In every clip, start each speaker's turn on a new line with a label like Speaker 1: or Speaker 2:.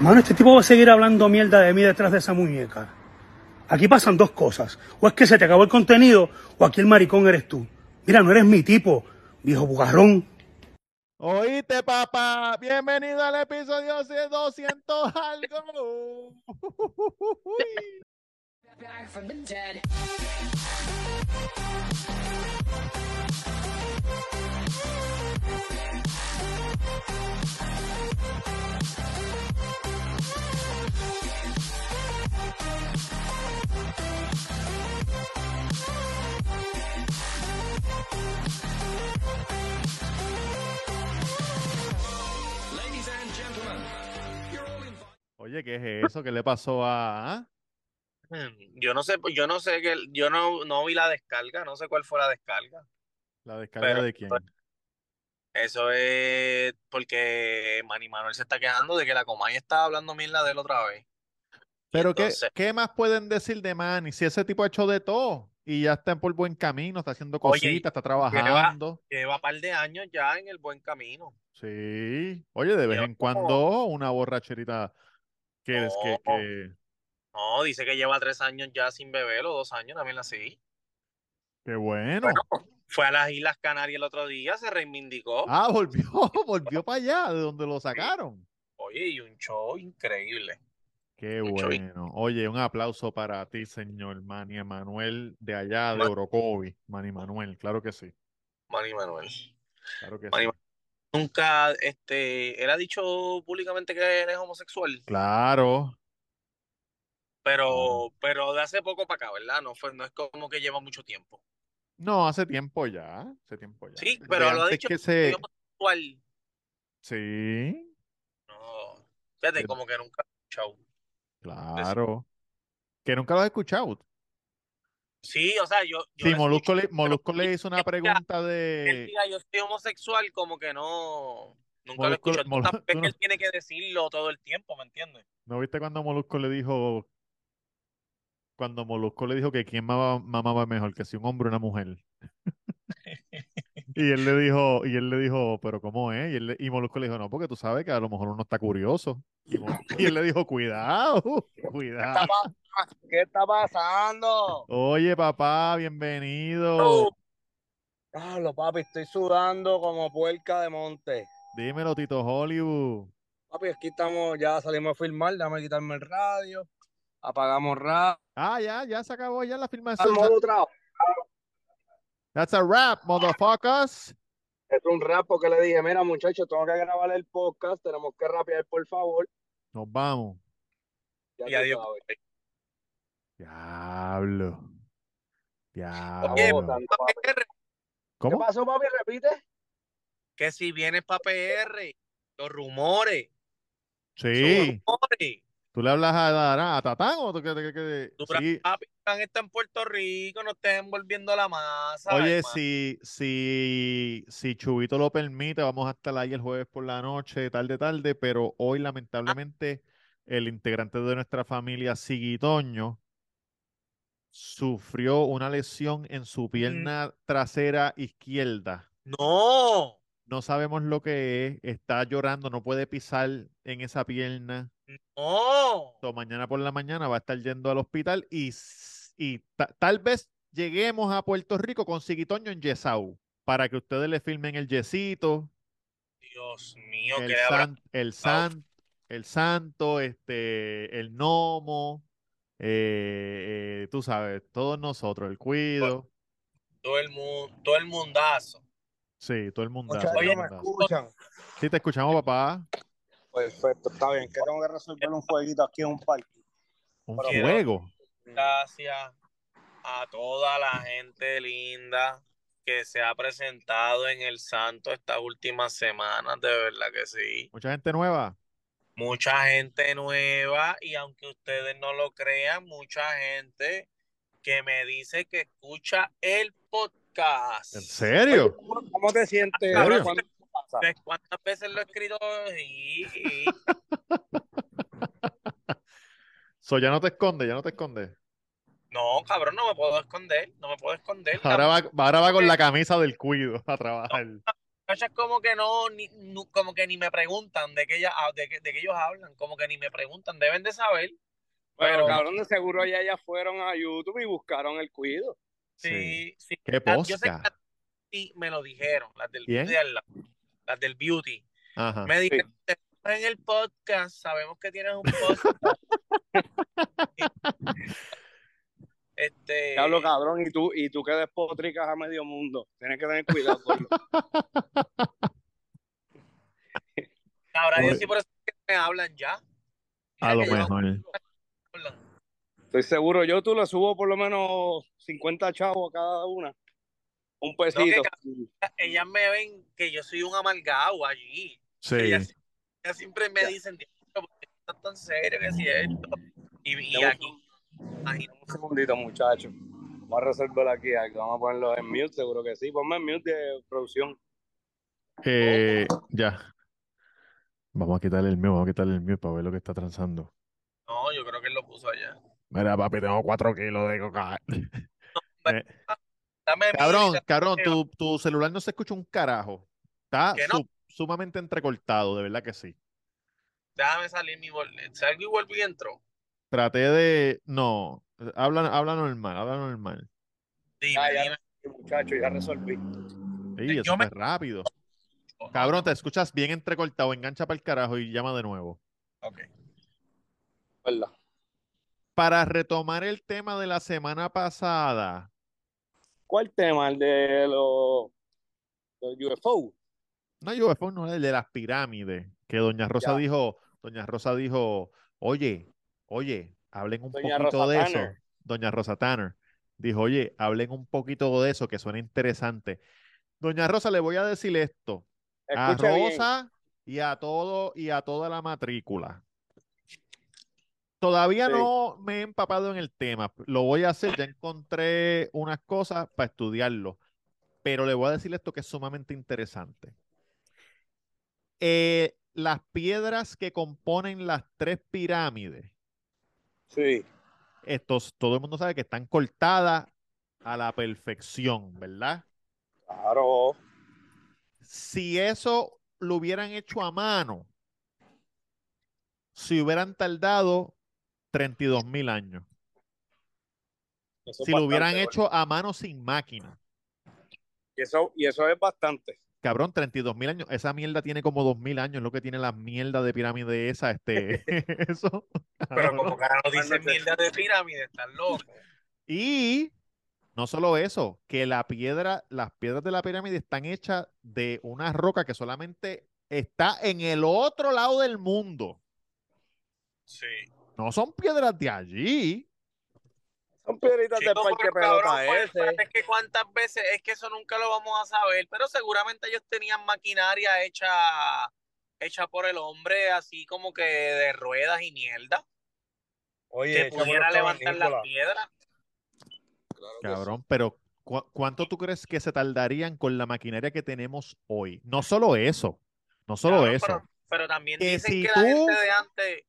Speaker 1: Mano, este tipo va a seguir hablando mierda de mí detrás de esa muñeca. Aquí pasan dos cosas. O es que se te acabó el contenido, o aquí el maricón eres tú. Mira, no eres mi tipo, viejo bugarrón.
Speaker 2: Oíste, papá. Bienvenido al episodio 200 algo.
Speaker 3: back from the dead.
Speaker 2: Oye, ¿qué es eso? ¿Qué le pasó a.? ah?
Speaker 4: Mm, Yo no sé, pues, yo no sé que el- yo no, no vi la descarga, no sé cuál fue la descarga.
Speaker 2: ¿La descarga
Speaker 4: Pero-
Speaker 2: de quién?
Speaker 4: Eso es porque Manny Manuel se está quejando de que la Comay está hablando mierda de él otra vez. Y
Speaker 2: Pero ¿qué,
Speaker 4: entonces,
Speaker 2: ¿qué más pueden decir de Manny? Si ese tipo ha hecho de todo y ya está por buen camino, está haciendo
Speaker 4: Oye,
Speaker 2: cositas, está
Speaker 4: lleva-
Speaker 2: trabajando.
Speaker 4: lleva un par de años ya en el buen camino.
Speaker 2: Sí. Oye, de vez
Speaker 4: lleva
Speaker 2: en cuando una borracherita que es que,
Speaker 4: No.
Speaker 2: que,
Speaker 4: No, dice que lleva tres años ya sin beber o dos años también así.
Speaker 2: que bueno.
Speaker 4: Fue a las Islas Canarias el otro día, se reivindicó.
Speaker 2: Ah, volvió, volvió para allá, de donde lo sacaron.
Speaker 4: Oye, y un show increíble.
Speaker 2: Qué
Speaker 4: Mucho bien.
Speaker 2: bueno. Oye, un aplauso para ti, señor Manny Emanuel, de allá de
Speaker 4: Ma-
Speaker 2: Orocovi. Manny Manuel, claro que sí.
Speaker 4: Manny Manuel.
Speaker 2: Claro que
Speaker 4: Manny
Speaker 2: sí.
Speaker 4: Nunca, este, él ha dicho públicamente que él es homosexual.
Speaker 2: Claro.
Speaker 4: Pero, pero de hace poco para acá, ¿verdad? No fue, no es como que lleva mucho tiempo.
Speaker 2: No, hace tiempo ya. Hace tiempo ya.
Speaker 4: Sí,
Speaker 2: Desde
Speaker 4: pero lo ha
Speaker 2: antes
Speaker 4: dicho
Speaker 2: que se.
Speaker 4: Yo, homosexual,
Speaker 2: Sí,
Speaker 4: no. Fíjate,
Speaker 2: Pero-
Speaker 4: como que nunca he escuchado. Pues
Speaker 2: claro. Que nunca lo has escuchado.
Speaker 4: Sí, o sea, yo, yo
Speaker 2: Sí,
Speaker 4: lo
Speaker 2: Molusco le,
Speaker 4: escucho, pero
Speaker 2: Molusco le hizo una
Speaker 4: que él diga-
Speaker 2: pregunta
Speaker 4: que él
Speaker 2: de.
Speaker 4: diga, yo soy homosexual, como que no, nunca lo
Speaker 2: Molusco-
Speaker 4: escucho.
Speaker 2: Mol-
Speaker 4: Tampoco es
Speaker 2: tú
Speaker 4: que
Speaker 2: no-
Speaker 4: él tiene que decirlo todo el tiempo, ¿me entiendes?
Speaker 2: ¿No viste cuando Molusco le dijo. Cuando Molusco le dijo que quién mama- mamaba mejor, que si un hombre o una mujer? Y él le dijo, y él le dijo, pero ¿cómo es? Y, él le- y Molusco le dijo, no, porque tú sabes que a lo mejor uno está curioso. Y, Mol- y él le dijo, cuidado, cuidado.
Speaker 4: ¿Qué está pasando?
Speaker 2: Oye, papá, bienvenido.
Speaker 5: Pablo, papi, estoy sudando como puerca de monte.
Speaker 2: Dímelo, Tito Hollywood.
Speaker 5: Papi, aquí estamos, ya salimos a filmar, déjame quitarme el radio, apagamos radio.
Speaker 2: Ah, ya, ya se acabó ya la filmación.
Speaker 5: Estamos otra.
Speaker 2: That's a wrap, motherfuckers.
Speaker 5: Es un rap porque le dije, mira muchachos, tengo que grabar el podcast, tenemos que rapear, por favor.
Speaker 2: Nos vamos.
Speaker 5: Ya
Speaker 4: Y
Speaker 5: tú
Speaker 4: adiós.
Speaker 5: sabes.
Speaker 2: Diablo.
Speaker 5: Estamos
Speaker 2: Diablo.
Speaker 5: votando, papi.
Speaker 4: PR,
Speaker 5: ¿Qué
Speaker 2: Ah, ¿Cómo?
Speaker 5: pasó, papi? ¿Repite?
Speaker 4: que si vienes para PR, los rumores,
Speaker 2: Sí.
Speaker 4: los rumores.
Speaker 2: ¿Tú le hablas a, a, a Tatán o tú qué- qué- qué-
Speaker 4: Tú
Speaker 2: Sí.
Speaker 4: Papi, Fran está en Puerto Rico, no estés envolviendo la masa.
Speaker 2: Oye,
Speaker 4: hermano.
Speaker 2: si, si, si Chubito lo permite, vamos a estar ahí el jueves por la noche, tarde, tarde, pero hoy lamentablemente el integrante de nuestra familia, Siguitoño, sufrió una lesión en su pierna trasera izquierda.
Speaker 4: No,
Speaker 2: No sabemos lo que es, está llorando, no puede pisar en esa pierna.
Speaker 4: no.
Speaker 2: So, mañana por la mañana va a estar yendo al hospital y, s- y ta- tal vez lleguemos a Puerto Rico con Siguitoño en Yesau para que ustedes le filmen el yesito,
Speaker 4: Dios mío,
Speaker 2: el,
Speaker 4: que le habrá-
Speaker 2: san- el, san- el santo, este, el gnomo, eh, eh, tú sabes, todos nosotros, el cuido.
Speaker 4: todo el mundo, todo el mundazo.
Speaker 2: Sí, todo el mundo.
Speaker 5: Muchachos,
Speaker 4: oye,
Speaker 5: ¿me escuchan?
Speaker 2: Sí, te escuchamos, papá.
Speaker 5: Perfecto, está bien, que tengo que resolver un jueguito aquí en un parque.
Speaker 2: Un
Speaker 4: Quiero-
Speaker 2: juego.
Speaker 4: Gracias a toda la gente linda que se ha presentado en el Santo estas últimas semanas, de verdad que sí.
Speaker 2: Mucha gente nueva.
Speaker 4: Mucha gente nueva y aunque ustedes no lo crean, mucha gente que me dice que escucha el podcast.
Speaker 2: ¿En serio?
Speaker 5: ¿Cómo te sientes?
Speaker 2: Cabrón.
Speaker 5: ¿Cuándo pasa?
Speaker 4: ¿Ves cuántas veces lo he escrito? Y, y-
Speaker 2: So, ya no te esconde, ya no te esconde.
Speaker 4: No, cabrón, no me puedo esconder, no me puedo esconder.
Speaker 2: Ahora va, ahora va con la camisa del cuido a trabajar.
Speaker 4: muchachas como que no, ni, nu- como que ni me preguntan de que, ella, ah, de, que, de que ellos hablan, como que ni me preguntan, deben de saber.
Speaker 5: Pero
Speaker 4: Pero-
Speaker 5: cabrón, de seguro ya ellas fueron a YouTube y buscaron el cuido.
Speaker 2: Sí.
Speaker 4: Sí, sí.
Speaker 2: Qué
Speaker 4: Ah, yo sé que
Speaker 2: posca.
Speaker 4: las beauty me lo dijeron, las del
Speaker 2: ¿Quién?
Speaker 4: beauty al lado, las del beauty.
Speaker 2: Ajá.
Speaker 4: Me dijeron, "Te vemos en el podcast, sabemos que tienes un podcast. este,
Speaker 5: Diablo, cabrón, y tú, y tú que despotricas a medio mundo. Tienes que tener cuidado con
Speaker 4: ahora yo
Speaker 2: Oye.
Speaker 4: sí por eso es que me hablan ya.
Speaker 2: A lo
Speaker 4: Que yo no
Speaker 2: mejor.
Speaker 4: hablan.
Speaker 5: Estoy seguro, yo tú le subo por lo menos 50 chavos a cada una. Un pesito.
Speaker 4: Ellas me ven que yo soy un amargado allí.
Speaker 2: Sí.
Speaker 4: Ellas, ellas siempre me dicen, "Diablo, ¿por qué estás tan serio que si esto? Y, y
Speaker 5: Dame un
Speaker 4: aquí, imagínate.
Speaker 5: Un segundito, muchachos. Vamos a resolver aquí algo. Vamos a ponerlo en mute, seguro que sí. Ponme en mute de producción.
Speaker 2: Eh, ya. Vamos a quitarle el mío, vamos a quitarle el mío para ver lo que está transando.
Speaker 4: No, yo creo que él lo puso allá.
Speaker 2: Mira, papi, tengo cuatro kilos de coca.
Speaker 4: Dame mi-
Speaker 2: Cabrón, cabrón, tu, tu celular no se escucha un carajo. Está
Speaker 4: Que no.
Speaker 2: su- sumamente entrecortado, de verdad que sí.
Speaker 4: Déjame salir mi boleto. Salgo y vuelvo y entro.
Speaker 2: Traté de. No, habla, habla normal, habla normal.
Speaker 4: Dime,
Speaker 5: Ah, ya.
Speaker 4: dime.
Speaker 5: Muchachos, ya resolví.
Speaker 2: Ey,
Speaker 4: Yo
Speaker 2: eso
Speaker 4: me- Oh,
Speaker 2: fue rápido. Cabrón, te escuchas bien entrecortado, engancha para el carajo y llama de nuevo.
Speaker 4: Ok.
Speaker 5: ¿Verdad?
Speaker 2: Para retomar el tema de la semana pasada,
Speaker 5: ¿Cuál tema? ¿El de los, los UFO?
Speaker 2: no, yo después no, el de las pirámides, que Doña Rosa
Speaker 5: Ya.
Speaker 2: dijo, Doña Rosa dijo, oye, oye, hablen un
Speaker 5: Doña
Speaker 2: poquito
Speaker 5: Rosa
Speaker 2: de eso.
Speaker 5: Tanner.
Speaker 2: Doña Rosa Tanner dijo, oye, hablen un poquito de eso, que suena interesante. Doña Rosa, le voy a decir esto, a
Speaker 5: Escucha bien.
Speaker 2: Ah, Rosa y a todo y a toda la matrícula. Todavía
Speaker 5: Sí.
Speaker 2: no me he empapado en el tema. Lo voy a hacer. Ya encontré unas cosas para estudiarlo. Pero le voy a decir esto que es sumamente interesante. Eh, las piedras que componen las tres pirámides,
Speaker 5: Sí.
Speaker 2: estos, todo el mundo sabe que están cortadas a la perfección, ¿verdad?
Speaker 5: Claro.
Speaker 2: si eso lo hubieran hecho a mano, si hubieran tardado 32 mil años.
Speaker 5: Eso es
Speaker 2: si lo hubieran
Speaker 5: bastante,
Speaker 2: hecho a mano sin máquina.
Speaker 5: Y eso, y eso es bastante.
Speaker 2: Cabrón, 32 mil años. Esa mierda tiene como 2 mil años, lo que tiene la mierda de pirámide esa. Este, eso.
Speaker 4: Pero
Speaker 2: cabrón.
Speaker 4: como que ahora nos dicen
Speaker 5: Mándate.
Speaker 4: mierda de pirámide, están locos.
Speaker 2: Y no solo eso, que la piedra, las piedras de la pirámide están hechas de una roca que solamente está en el otro lado del mundo.
Speaker 4: Sí.
Speaker 2: No son piedras de allí.
Speaker 5: Son piedritas de
Speaker 4: Chico,
Speaker 5: parque
Speaker 4: pero cabrón,
Speaker 5: pelota
Speaker 4: pues,
Speaker 5: ese.
Speaker 4: es que cuántas veces, es que eso nunca lo vamos a saber, pero seguramente ellos tenían maquinaria hecha, hecha por el hombre, así como que de ruedas y mierda,
Speaker 6: Oye,
Speaker 4: que pudiera levantar las piedras.
Speaker 2: Cabrón, pero ¿cu- ¿cuánto tú crees que se tardarían con la maquinaria que tenemos hoy? No solo eso, no solo
Speaker 4: Cabrón,
Speaker 2: eso.
Speaker 4: Pero, pero también
Speaker 2: Que
Speaker 4: dicen
Speaker 2: si
Speaker 4: que
Speaker 2: tú-
Speaker 4: la gente de antes,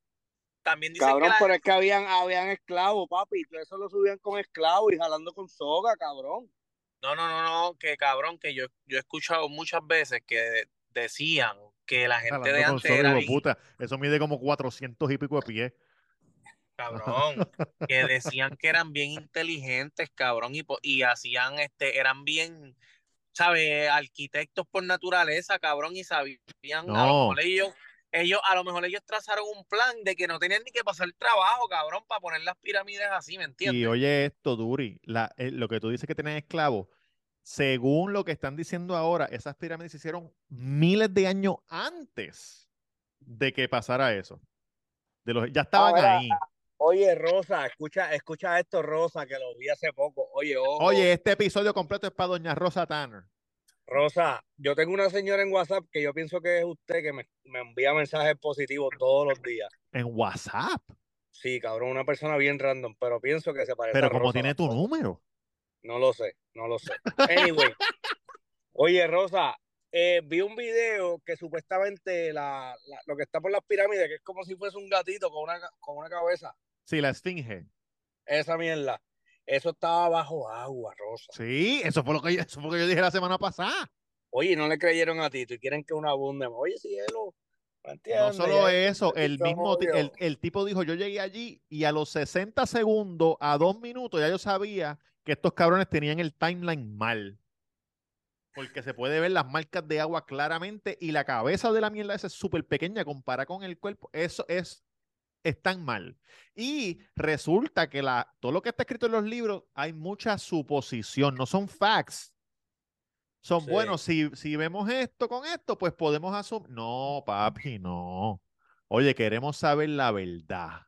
Speaker 4: también dicen que
Speaker 5: Cabrón,
Speaker 4: la
Speaker 5: pero es que habían, habían esclavos, papi. Todo eso lo subían con esclavos y jalando con soga, cabrón.
Speaker 4: No, no, no, no, que cabrón, que yo, yo he escuchado muchas veces que de- decían que la gente
Speaker 2: Hablando
Speaker 4: de
Speaker 2: con
Speaker 4: antes
Speaker 2: Sony,
Speaker 4: era
Speaker 2: hijo de
Speaker 4: bien-
Speaker 2: puta, eso mide como 400 y pico de pies.
Speaker 4: cabrón, que decían que eran bien inteligentes, cabrón, y, po- y hacían, este, eran bien, ¿sabes? Arquitectos por naturaleza, cabrón, y sabían, a
Speaker 2: No.
Speaker 4: lo mejor ellos, ellos, a lo mejor ellos trazaron un plan de que no tenían ni que pasar trabajo, cabrón, para poner las pirámides así, ¿me
Speaker 2: Y
Speaker 4: entiendes?
Speaker 2: oye esto, Duri, la- eh, lo que tú dices que tenían esclavos, según lo que están diciendo ahora, esas pirámides se hicieron miles de años antes de que pasara eso. De los, ya estaban
Speaker 6: Ahora,
Speaker 2: ahí.
Speaker 6: Oye, Rosa, escucha, escucha esto, Rosa, que lo vi hace poco. Oye, ojo,
Speaker 2: Oye, este episodio completo es para Doña Rosa Tanner.
Speaker 6: Rosa, yo tengo una señora en WhatsApp que yo pienso que es usted que me, me envía mensajes positivos todos los días.
Speaker 2: En WhatsApp.
Speaker 6: Sí, cabrón, una persona bien random, pero pienso que se parece
Speaker 2: Pero
Speaker 6: a
Speaker 2: como
Speaker 6: Rosa,
Speaker 2: tiene
Speaker 6: la
Speaker 2: tu
Speaker 6: cosa.
Speaker 2: número.
Speaker 6: No lo sé, no lo sé. Anyway, oye, Rosa, eh, vi un video que supuestamente la, la- lo que está por las pirámides, que es como si fuese un gatito con una, ca- con una cabeza,
Speaker 2: Sí, la esfinge.
Speaker 6: esa mierda, eso estaba bajo agua, Rosa.
Speaker 2: Sí, eso fue lo que yo, eso fue lo que yo dije la semana pasada.
Speaker 6: Oye, no le creyeron a Tito y quieren que uno abunde. Oye, cielo. No,
Speaker 2: No
Speaker 6: entiendes,
Speaker 2: solo
Speaker 6: ya-
Speaker 2: eso, el
Speaker 6: Está
Speaker 2: mismo ti-
Speaker 6: obvio.
Speaker 2: el, el tipo dijo, yo llegué allí y a los 60 segundos, a dos minutos, ya yo sabía que estos cabrones tenían el timeline mal. Porque se puede ver las marcas de agua claramente y la cabeza de la mierda esa es súper pequeña comparada con el cuerpo. Eso es, están mal. Y resulta que la, todo lo que está escrito en los libros, hay mucha suposición, no son facts. Son,
Speaker 6: Sí.
Speaker 2: bueno, si, si vemos esto con esto, pues podemos asumir. No, papi, no. Oye, queremos saber la verdad.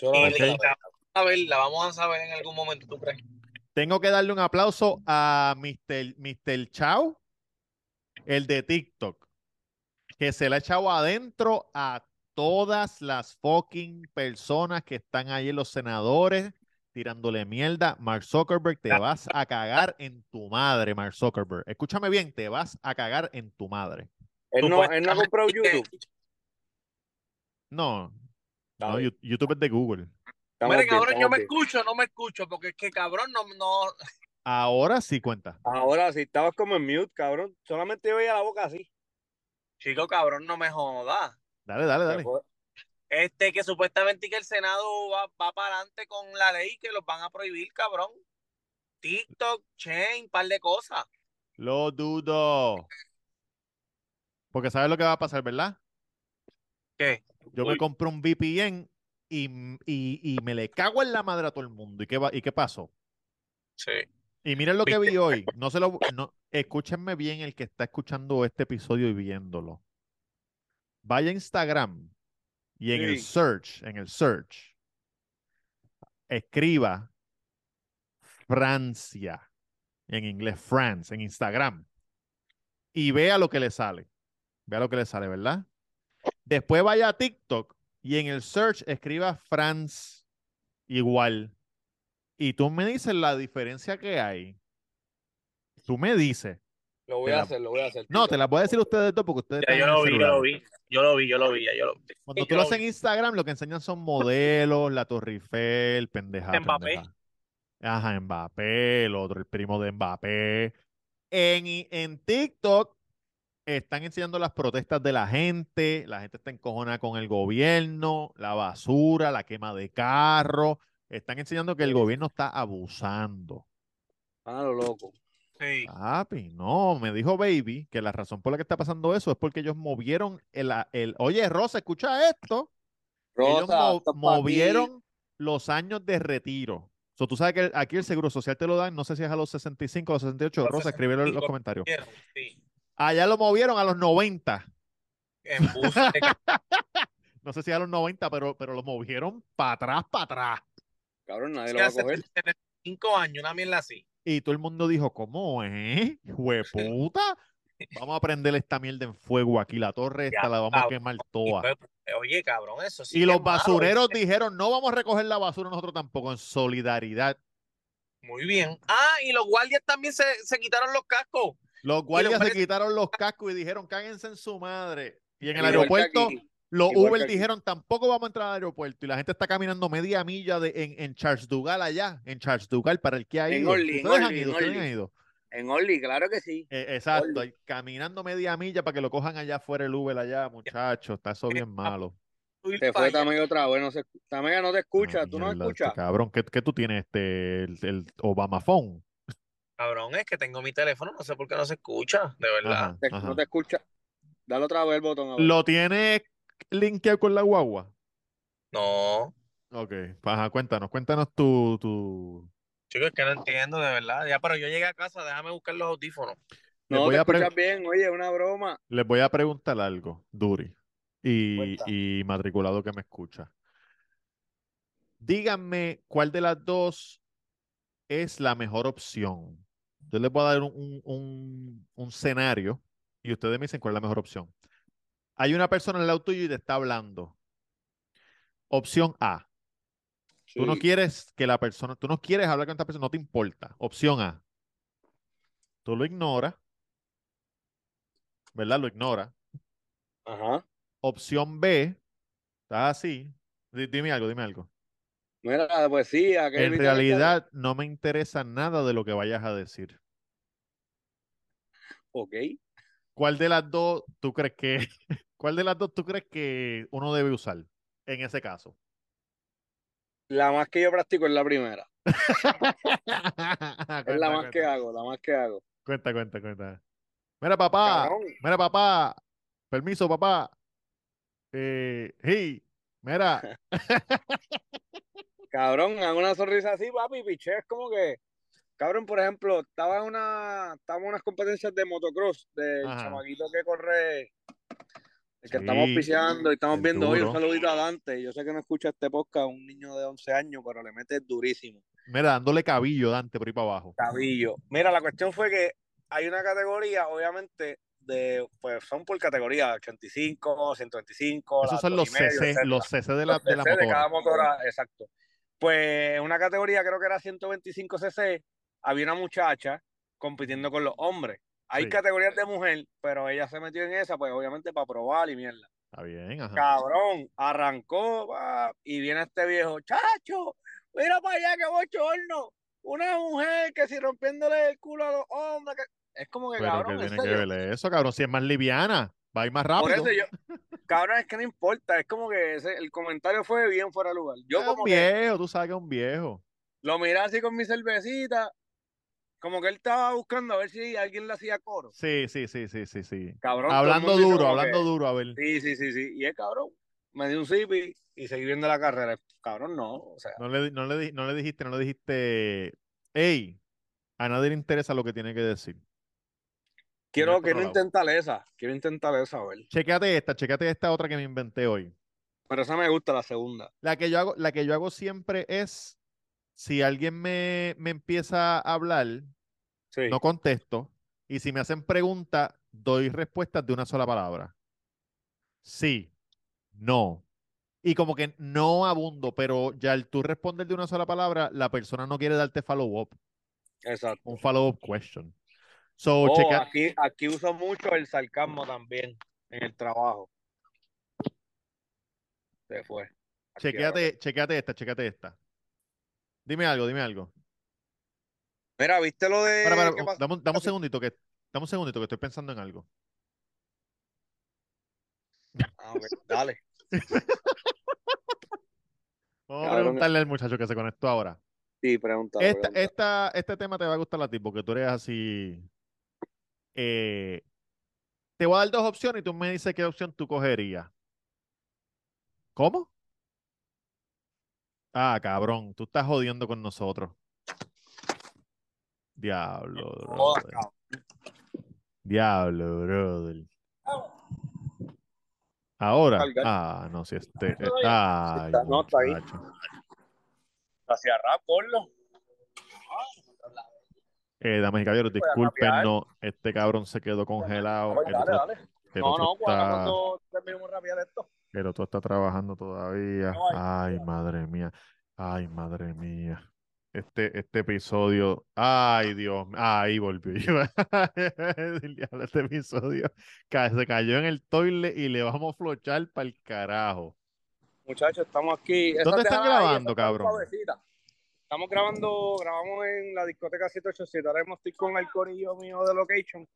Speaker 6: Solamente
Speaker 2: Ok.
Speaker 6: la verdad.
Speaker 4: A ver, la vamos a saber en algún momento, ¿tú crees?
Speaker 2: Tengo que darle un aplauso a Mr. Mr. Chao, el de TikTok, que se le ha echado adentro a todas las fucking personas que están ahí, los senadores, tirándole mierda. Mark Zuckerberg, te vas a cagar en tu madre, Mark Zuckerberg. Escúchame bien, te vas a cagar en tu madre.
Speaker 6: Él
Speaker 4: Pues,
Speaker 6: no, él no ha comprado
Speaker 4: Supuestamente-
Speaker 6: YouTube.
Speaker 2: No, no,
Speaker 6: Dale,
Speaker 2: Yu- YouTube es de Google.
Speaker 6: estamos
Speaker 4: Mira,
Speaker 6: bien,
Speaker 4: cabrón, yo
Speaker 6: estamos
Speaker 4: me
Speaker 6: bien.
Speaker 4: escucho, no me escucho, porque es que cabrón no, no,
Speaker 2: Ahora sí cuenta.
Speaker 6: Ahora, si estabas como en mute, cabrón, solamente yo veía la boca así.
Speaker 4: chico, cabrón, no me joda.
Speaker 2: Dale, dale, dale.
Speaker 4: Este, que supuestamente que el Senado va, va para adelante con la ley que los van a prohibir, cabrón. TikTok, chain, un par de cosas.
Speaker 2: Lo dudo. Porque sabes lo que va a pasar, ¿verdad?
Speaker 4: ¿Qué?
Speaker 2: Yo me compro un VPN y, m- y- y me le cago en la madre a todo el mundo. ¿Y qué, va- y qué pasó?
Speaker 4: Sí.
Speaker 2: Y miren lo que
Speaker 4: ¿Viste?
Speaker 2: vi hoy. No se lo, no, escúchenme bien el que está escuchando este episodio y viéndolo. Vaya a Instagram y en el
Speaker 6: Sí.
Speaker 2: search, en el search, escriba Francia, en inglés France, en Instagram, y vea lo que le sale. Vea lo que le sale, ¿verdad? Después vaya a TikTok y en el search escriba France igual. Y tú me dices la diferencia que hay. Tú me dices.
Speaker 6: Lo voy
Speaker 2: te
Speaker 6: a
Speaker 2: la-
Speaker 6: hacer, lo voy a hacer.
Speaker 2: No,
Speaker 6: Tito.
Speaker 2: te las voy a decir a ustedes dos porque ustedes
Speaker 4: Ya, yo
Speaker 2: están en Ah,
Speaker 4: lo
Speaker 2: el
Speaker 4: vi, yo lo
Speaker 2: celular.
Speaker 4: vi. Yo lo vi, yo lo vi, ya yo lo vi.
Speaker 2: Cuando
Speaker 4: Sí,
Speaker 2: tú
Speaker 4: yo
Speaker 2: lo
Speaker 4: lo
Speaker 2: haces en
Speaker 4: vi.
Speaker 2: Instagram, lo que enseñan son modelos, la Torre Eiffel, pendeja.
Speaker 4: Mbappé.
Speaker 2: pendeja. Ajá, Mbappé, el otro, el primo de Mbappé. En, i- en TikTok están enseñando las protestas de la gente, la gente está encojonada con el gobierno, la basura, la quema de carros. Están enseñando que el
Speaker 6: Sí.
Speaker 2: gobierno está abusando.
Speaker 6: Ah, lo loco.
Speaker 4: Sí.
Speaker 2: Papi, no, me dijo Baby que la razón por la que está pasando eso es porque ellos movieron el, el oye, Rosa, escucha esto. Ellos
Speaker 6: Rosa,
Speaker 2: mo-
Speaker 6: esto es pa' ti.
Speaker 2: movieron los años de retiro. So, tú sabes que el- aquí el seguro social te lo dan, no sé si es a los 65 o los 68.
Speaker 4: Los
Speaker 2: Rosa, escríbelo en los
Speaker 4: 65.
Speaker 2: comentarios.
Speaker 4: Sí.
Speaker 2: Allá lo movieron a los 90.
Speaker 4: Embuste,
Speaker 2: No sé si a los 90, pero, pero lo movieron para atrás, para atrás.
Speaker 6: Cabrón, nadie
Speaker 4: Sí,
Speaker 6: lo va a
Speaker 4: hace
Speaker 6: coger.
Speaker 4: 75 años, una mierda así.
Speaker 2: Y todo el mundo dijo, ¿cómo es? puta! Vamos a prender esta mierda en fuego aquí. La torre esta
Speaker 4: Ya,
Speaker 2: la vamos a
Speaker 4: cabrón.
Speaker 2: quemar
Speaker 4: Y
Speaker 2: toda.
Speaker 4: fue, oye, cabrón, eso sí.
Speaker 2: Y
Speaker 4: que
Speaker 2: los
Speaker 4: es malo,
Speaker 2: basureros
Speaker 6: este.
Speaker 4: ¿viste?
Speaker 2: dijeron, no vamos a recoger la basura nosotros tampoco, en solidaridad.
Speaker 4: Muy bien. Ah, y los guardias también se, se quitaron los cascos.
Speaker 2: Los guardias se
Speaker 4: hombres-
Speaker 2: quitaron los cascos y dijeron, cáguense en su madre. Y en el
Speaker 6: Igual que
Speaker 2: aeropuerto,
Speaker 6: aquí.
Speaker 2: los
Speaker 6: igual que
Speaker 2: Uber
Speaker 6: aquí.
Speaker 2: dijeron, tampoco vamos a entrar al aeropuerto. Y la gente está caminando media milla de, en, en Charles Dugal allá, en Charles Dugal, para el que ha
Speaker 6: En
Speaker 2: ido.
Speaker 6: Orly, en
Speaker 2: Ustedes han
Speaker 6: Orly,
Speaker 2: ido,
Speaker 6: en
Speaker 2: ustedes
Speaker 6: Orly.
Speaker 2: han ido.
Speaker 6: En Orly, claro que sí.
Speaker 2: Eh, exacto,
Speaker 6: Orly.
Speaker 2: y caminando media milla para que lo cojan allá afuera el Uber allá, muchachos. Está
Speaker 6: Eh,
Speaker 2: eso bien
Speaker 6: ah,
Speaker 2: malo.
Speaker 4: Uy,
Speaker 6: Te fue
Speaker 4: falla.
Speaker 6: Tamega otra vez. No se... Tamega no te escucha,
Speaker 2: Ah,
Speaker 6: tú no
Speaker 2: mierda, este
Speaker 6: escuchas.
Speaker 2: cabrón, ¿qué, qué tú tienes? Este, el, el Obama Phone.
Speaker 4: Cabrón, es que tengo mi teléfono, no sé por qué no se escucha, de verdad.
Speaker 2: Ajá,
Speaker 6: Te-
Speaker 2: ajá.
Speaker 6: No te escucha. Dale otra vez el botón. A ver.
Speaker 2: ¿Lo tiene linkeado con la guagua?
Speaker 4: No,
Speaker 2: Ok, pues, ajá, cuéntanos, cuéntanos tu, tu...
Speaker 4: chicos, es que no entiendo, de verdad. Ya, pero yo llegué a casa, déjame buscar los audífonos.
Speaker 2: les
Speaker 6: No
Speaker 2: voy
Speaker 6: te
Speaker 2: a pre-
Speaker 6: escuchas bien, oye, una broma.
Speaker 2: Les voy a preguntar algo, Duri, y,
Speaker 6: Cuenta.
Speaker 2: y matriculado que me escucha. Díganme cuál de las dos es la mejor opción. Yo les voy a dar un, un- un- un escenario y ustedes me dicen cuál es la mejor opción. Hay una persona al lado tuyo y te está hablando. Opción A. Tú no
Speaker 6: Sí.
Speaker 2: quieres que la persona, tú no quieres hablar con esta persona, no te importa. Opción A. Tú lo ignoras, ¿verdad? Lo ignoras.
Speaker 6: Ajá.
Speaker 2: Opción B, estás así. Di- Dime algo, dime algo.
Speaker 6: Mira pues la poesía. que
Speaker 2: En
Speaker 6: viste la-
Speaker 2: realidad no me interesa nada de lo que vayas a decir.
Speaker 6: Ok.
Speaker 2: ¿Cuál de las dos tú crees que, cuál de las dos tú crees que uno debe usar en ese caso?
Speaker 6: La más que yo practico es la primera. Es la
Speaker 2: Cuenta,
Speaker 6: más que
Speaker 2: cuenta.
Speaker 6: hago, la más que hago.
Speaker 2: Cuenta, cuenta, cuenta. Mira, papá.
Speaker 6: Cabrón.
Speaker 2: Mira, papá. Permiso, papá. Eh, hey, mira.
Speaker 6: Cabrón, hago una sonrisa así, papi, piché, es como que, cabrón, por ejemplo, estaba en una, estaba en unas competencias de motocross del
Speaker 2: Ajá.
Speaker 6: chamaquito que corre, el que estamos
Speaker 2: Sí,
Speaker 6: auspiciando y estamos
Speaker 2: el
Speaker 6: viendo hoy, un
Speaker 2: duro.
Speaker 6: saludito a Dante, yo sé que no escucha este podcast, un niño de 11 años, pero le mete durísimo,
Speaker 2: Mira, dándole cabillo, Dante, por ahí para abajo.
Speaker 6: cabillo. Mira, la cuestión fue que hay una categoría, obviamente, de, pues son por categoría, 85, 125,
Speaker 2: Esos
Speaker 6: las
Speaker 2: son
Speaker 6: dos
Speaker 2: los
Speaker 6: y medio,
Speaker 2: CC,
Speaker 6: etcétera.
Speaker 2: los CC de la,
Speaker 6: Los
Speaker 2: de la
Speaker 6: CC de cada
Speaker 2: motora.
Speaker 6: motora, exacto. Pues una categoría creo que era 125 cc, había una muchacha compitiendo con los hombres. Hay
Speaker 2: Sí.
Speaker 6: categorías de mujer, pero ella se metió en esa, pues obviamente para probar y mierda.
Speaker 2: Está bien, ajá.
Speaker 6: Cabrón, arrancó va, y viene este viejo, chacho, mira para allá que bochorno. Una mujer que si rompiéndole el culo a los hombres. que-". Es como que,
Speaker 2: Pero
Speaker 6: cabrón,
Speaker 2: que
Speaker 6: en
Speaker 2: tiene que
Speaker 6: serio.
Speaker 2: ver eso, cabrón. Si es más liviana, va a ir más
Speaker 6: Por
Speaker 2: rápido.
Speaker 6: eso yo, cabrón, es que no importa. Es como que ese- el comentario fue bien fuera de lugar. Yo
Speaker 2: Es un
Speaker 6: como que
Speaker 2: viejo, tú sabes que es un viejo.
Speaker 6: Lo miré así con mi cervecita, como que él estaba buscando a ver si alguien le hacía coro.
Speaker 2: Sí, sí, sí, sí, sí, sí.
Speaker 6: Cabrón. todo el
Speaker 2: Hablando
Speaker 6: mundo hizo
Speaker 2: duro,
Speaker 6: como
Speaker 2: hablando
Speaker 6: que,
Speaker 2: duro, a ver.
Speaker 6: Sí, sí, sí, sí. Y es cabrón. Me dio un zipi y seguí viendo la carrera. Cabrón, no. O sea,
Speaker 2: No le, no le, di- no le dijiste, no le dijiste, hey, a nadie le interesa lo que tiene que decir.
Speaker 6: quiero,
Speaker 2: otro
Speaker 6: quiero
Speaker 2: lado.
Speaker 6: intentar esa. Quiero intentar esa, a ver.
Speaker 2: Chequéate esta, chequéate esta otra que me inventé hoy.
Speaker 6: Pero esa me gusta, la segunda.
Speaker 2: La que yo hago, la que yo hago siempre es, si alguien me, me empieza a hablar,
Speaker 6: Sí.
Speaker 2: no contesto, y si me hacen preguntas, doy respuestas de una sola palabra. Sí, no. Y como que no abundo, pero ya al tú responder de una sola palabra, la persona no quiere darte follow-up,
Speaker 6: Exacto.
Speaker 2: un follow-up question. So,
Speaker 6: Oh,
Speaker 2: checa-
Speaker 6: aquí, aquí uso mucho el sarcasmo también en el trabajo. Se fue. Aquí ahora.
Speaker 2: chequéate, chequéate esta, chequéate esta. Dime algo, dime algo.
Speaker 6: Mira, ¿viste lo de
Speaker 2: Para, para,
Speaker 6: Eh, qué
Speaker 2: un-
Speaker 6: pasó?
Speaker 2: dame, un- dame un segundito que, dame un segundito que estoy pensando en algo.
Speaker 6: Ah, ok, Dale.
Speaker 2: Vamos a
Speaker 6: Cabrón.
Speaker 2: preguntarle al muchacho que se conectó ahora.
Speaker 6: Sí, pregunta.
Speaker 2: Esta,
Speaker 6: pregunta.
Speaker 2: esta, este tema te va a gustar a ti porque tú eres así. eh, te voy a dar dos opciones y tú me dices qué opción tú cogerías. ¿Cómo? Ah, cabrón, tú estás jodiendo con nosotros. Diablo,
Speaker 6: Joda,
Speaker 2: brother. Diablo, brother. Ahora.
Speaker 6: Cargar.
Speaker 2: Ah, no, si este. eh,
Speaker 6: está,
Speaker 2: ay,
Speaker 6: no, está ahí.
Speaker 2: muchacho.
Speaker 6: Hacia rap, ponlo.
Speaker 2: Eh, damas y caballeros,
Speaker 6: Voy a rapear.
Speaker 2: discúlpenos. Este cabrón se quedó congelado.
Speaker 6: Pues
Speaker 2: El
Speaker 6: dale,
Speaker 2: otro,
Speaker 6: dale.
Speaker 2: el
Speaker 6: No,
Speaker 2: otro
Speaker 6: no,
Speaker 2: está-
Speaker 6: cuando terminemos rapear esto.
Speaker 2: el otro está trabajando todavía.
Speaker 6: No,
Speaker 2: Ay, madre mía. Ay, madre mía. Este, este episodio. Ay, Dios. Ay, volvió. Iba a decir, "Diablo, este episodio ca- se cayó en el toile y le vamos a flochar para el carajo.
Speaker 6: Muchachos, estamos aquí. Esas
Speaker 2: ¿Dónde están
Speaker 6: déjalas ahí,
Speaker 2: grabando,
Speaker 6: esas están
Speaker 2: cabrón?
Speaker 6: suavecitas. Estamos grabando, grabamos en la discoteca 787. Ahora mismo estoy con el corillo mío de Location.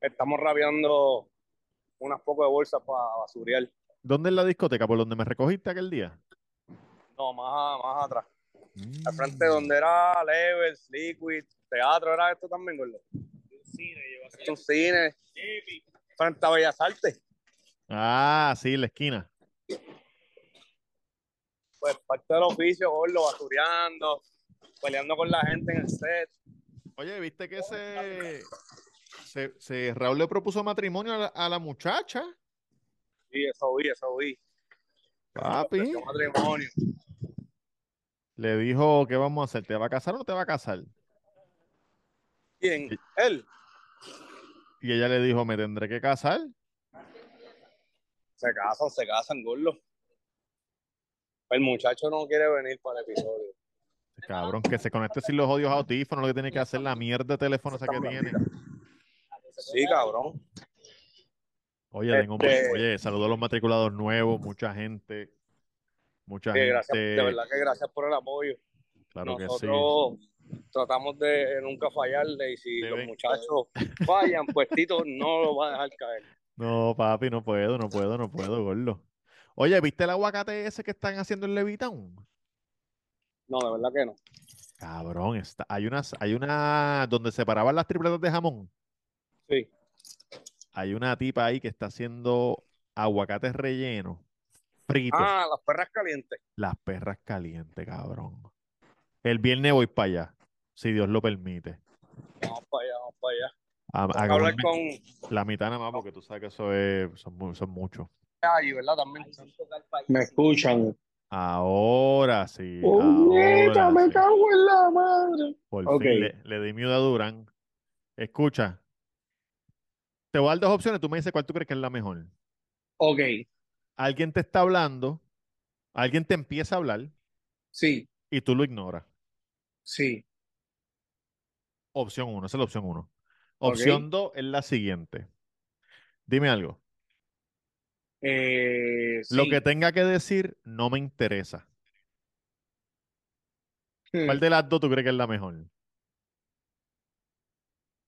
Speaker 6: Estamos rapeando unas pocas de bolsas para basurear.
Speaker 2: ¿Dónde es la discoteca? ¿Por donde me recogiste aquel día?
Speaker 6: No, más, a- más atrás. Al frente
Speaker 2: Mm.
Speaker 6: donde era Levels, Liquid, Teatro, era esto también, gordo. Un cine, llevas. Un cine. Frente a Bellas Artes.
Speaker 2: Ah, sí, la esquina.
Speaker 6: pues parte del oficio, gordo, basureando, peleando con la gente en el set.
Speaker 2: Oye, ¿viste que se, se, se- Raúl le propuso matrimonio a la, a la muchacha?
Speaker 6: Y eso vi, eso vi.
Speaker 2: Papi.
Speaker 6: Qué matrimonio.
Speaker 2: Le dijo, ¿qué vamos a hacer? ¿Te va a casar o no te va a casar?
Speaker 6: ¿Quién? Él.
Speaker 2: Y ella le dijo, me tendré que casar.
Speaker 6: Se casan, se casan, gordo. El muchacho no quiere venir para el episodio.
Speaker 2: Cabrón, que se conecte sin los odios audífonos, lo que tiene que hacer la mierda de teléfono esa que tiene.
Speaker 6: Sí, cabrón.
Speaker 2: Oye, tengo un-
Speaker 6: Este-
Speaker 2: oye, saludo a los matriculados nuevos, mucha gente. Mucha
Speaker 6: Que gracias,
Speaker 2: gente.
Speaker 6: de verdad que gracias por el apoyo.
Speaker 2: Claro que sí.
Speaker 6: Nosotros tratamos de nunca fallarle y si
Speaker 2: Deben-
Speaker 6: los muchachos fallan, pues Tito no lo va a dejar caer.
Speaker 2: No, papi, no puedo, no puedo, no puedo, gordo. Oye, ¿viste el aguacate ese que están haciendo en Levitown?
Speaker 6: No, de verdad que no.
Speaker 2: Cabrón, está, hay unas, hay una donde separaban las tripletas de jamón.
Speaker 6: Sí.
Speaker 2: Hay una tipa ahí que está haciendo aguacates rellenos, fritos,
Speaker 6: Ah, las perras calientes.
Speaker 2: las perras calientes, cabrón. El viernes voy para allá, si Dios lo permite.
Speaker 6: Vamos para allá, vamos para allá.
Speaker 2: A, a
Speaker 6: Vamos a hablar
Speaker 2: comerme
Speaker 6: con
Speaker 2: la mitad nada más, porque tú sabes que eso es, son, mu- son muchos.
Speaker 6: Ay, ¿verdad? También.
Speaker 5: Me escuchan.
Speaker 2: Ahora sí,
Speaker 5: Oh,
Speaker 2: ahora sí.
Speaker 5: en la madre.
Speaker 2: Por
Speaker 5: Ok.
Speaker 2: fin le, le di mute a Durán. Escucha. Te voy a dar dos opciones. Tú me dices cuál tú crees que es la mejor.
Speaker 5: Ok,
Speaker 2: Alguien te está hablando, alguien te empieza a hablar
Speaker 5: sí,
Speaker 2: y tú lo ignoras.
Speaker 5: sí.
Speaker 2: Opción uno, esa es la opción uno.
Speaker 5: Ok.
Speaker 2: Opción dos es la siguiente. Dime algo.
Speaker 5: Eh,
Speaker 2: Lo
Speaker 5: sí.
Speaker 2: que tenga que decir no me interesa.
Speaker 5: Hmm.
Speaker 2: ¿Cuál de las dos tú crees que es la mejor?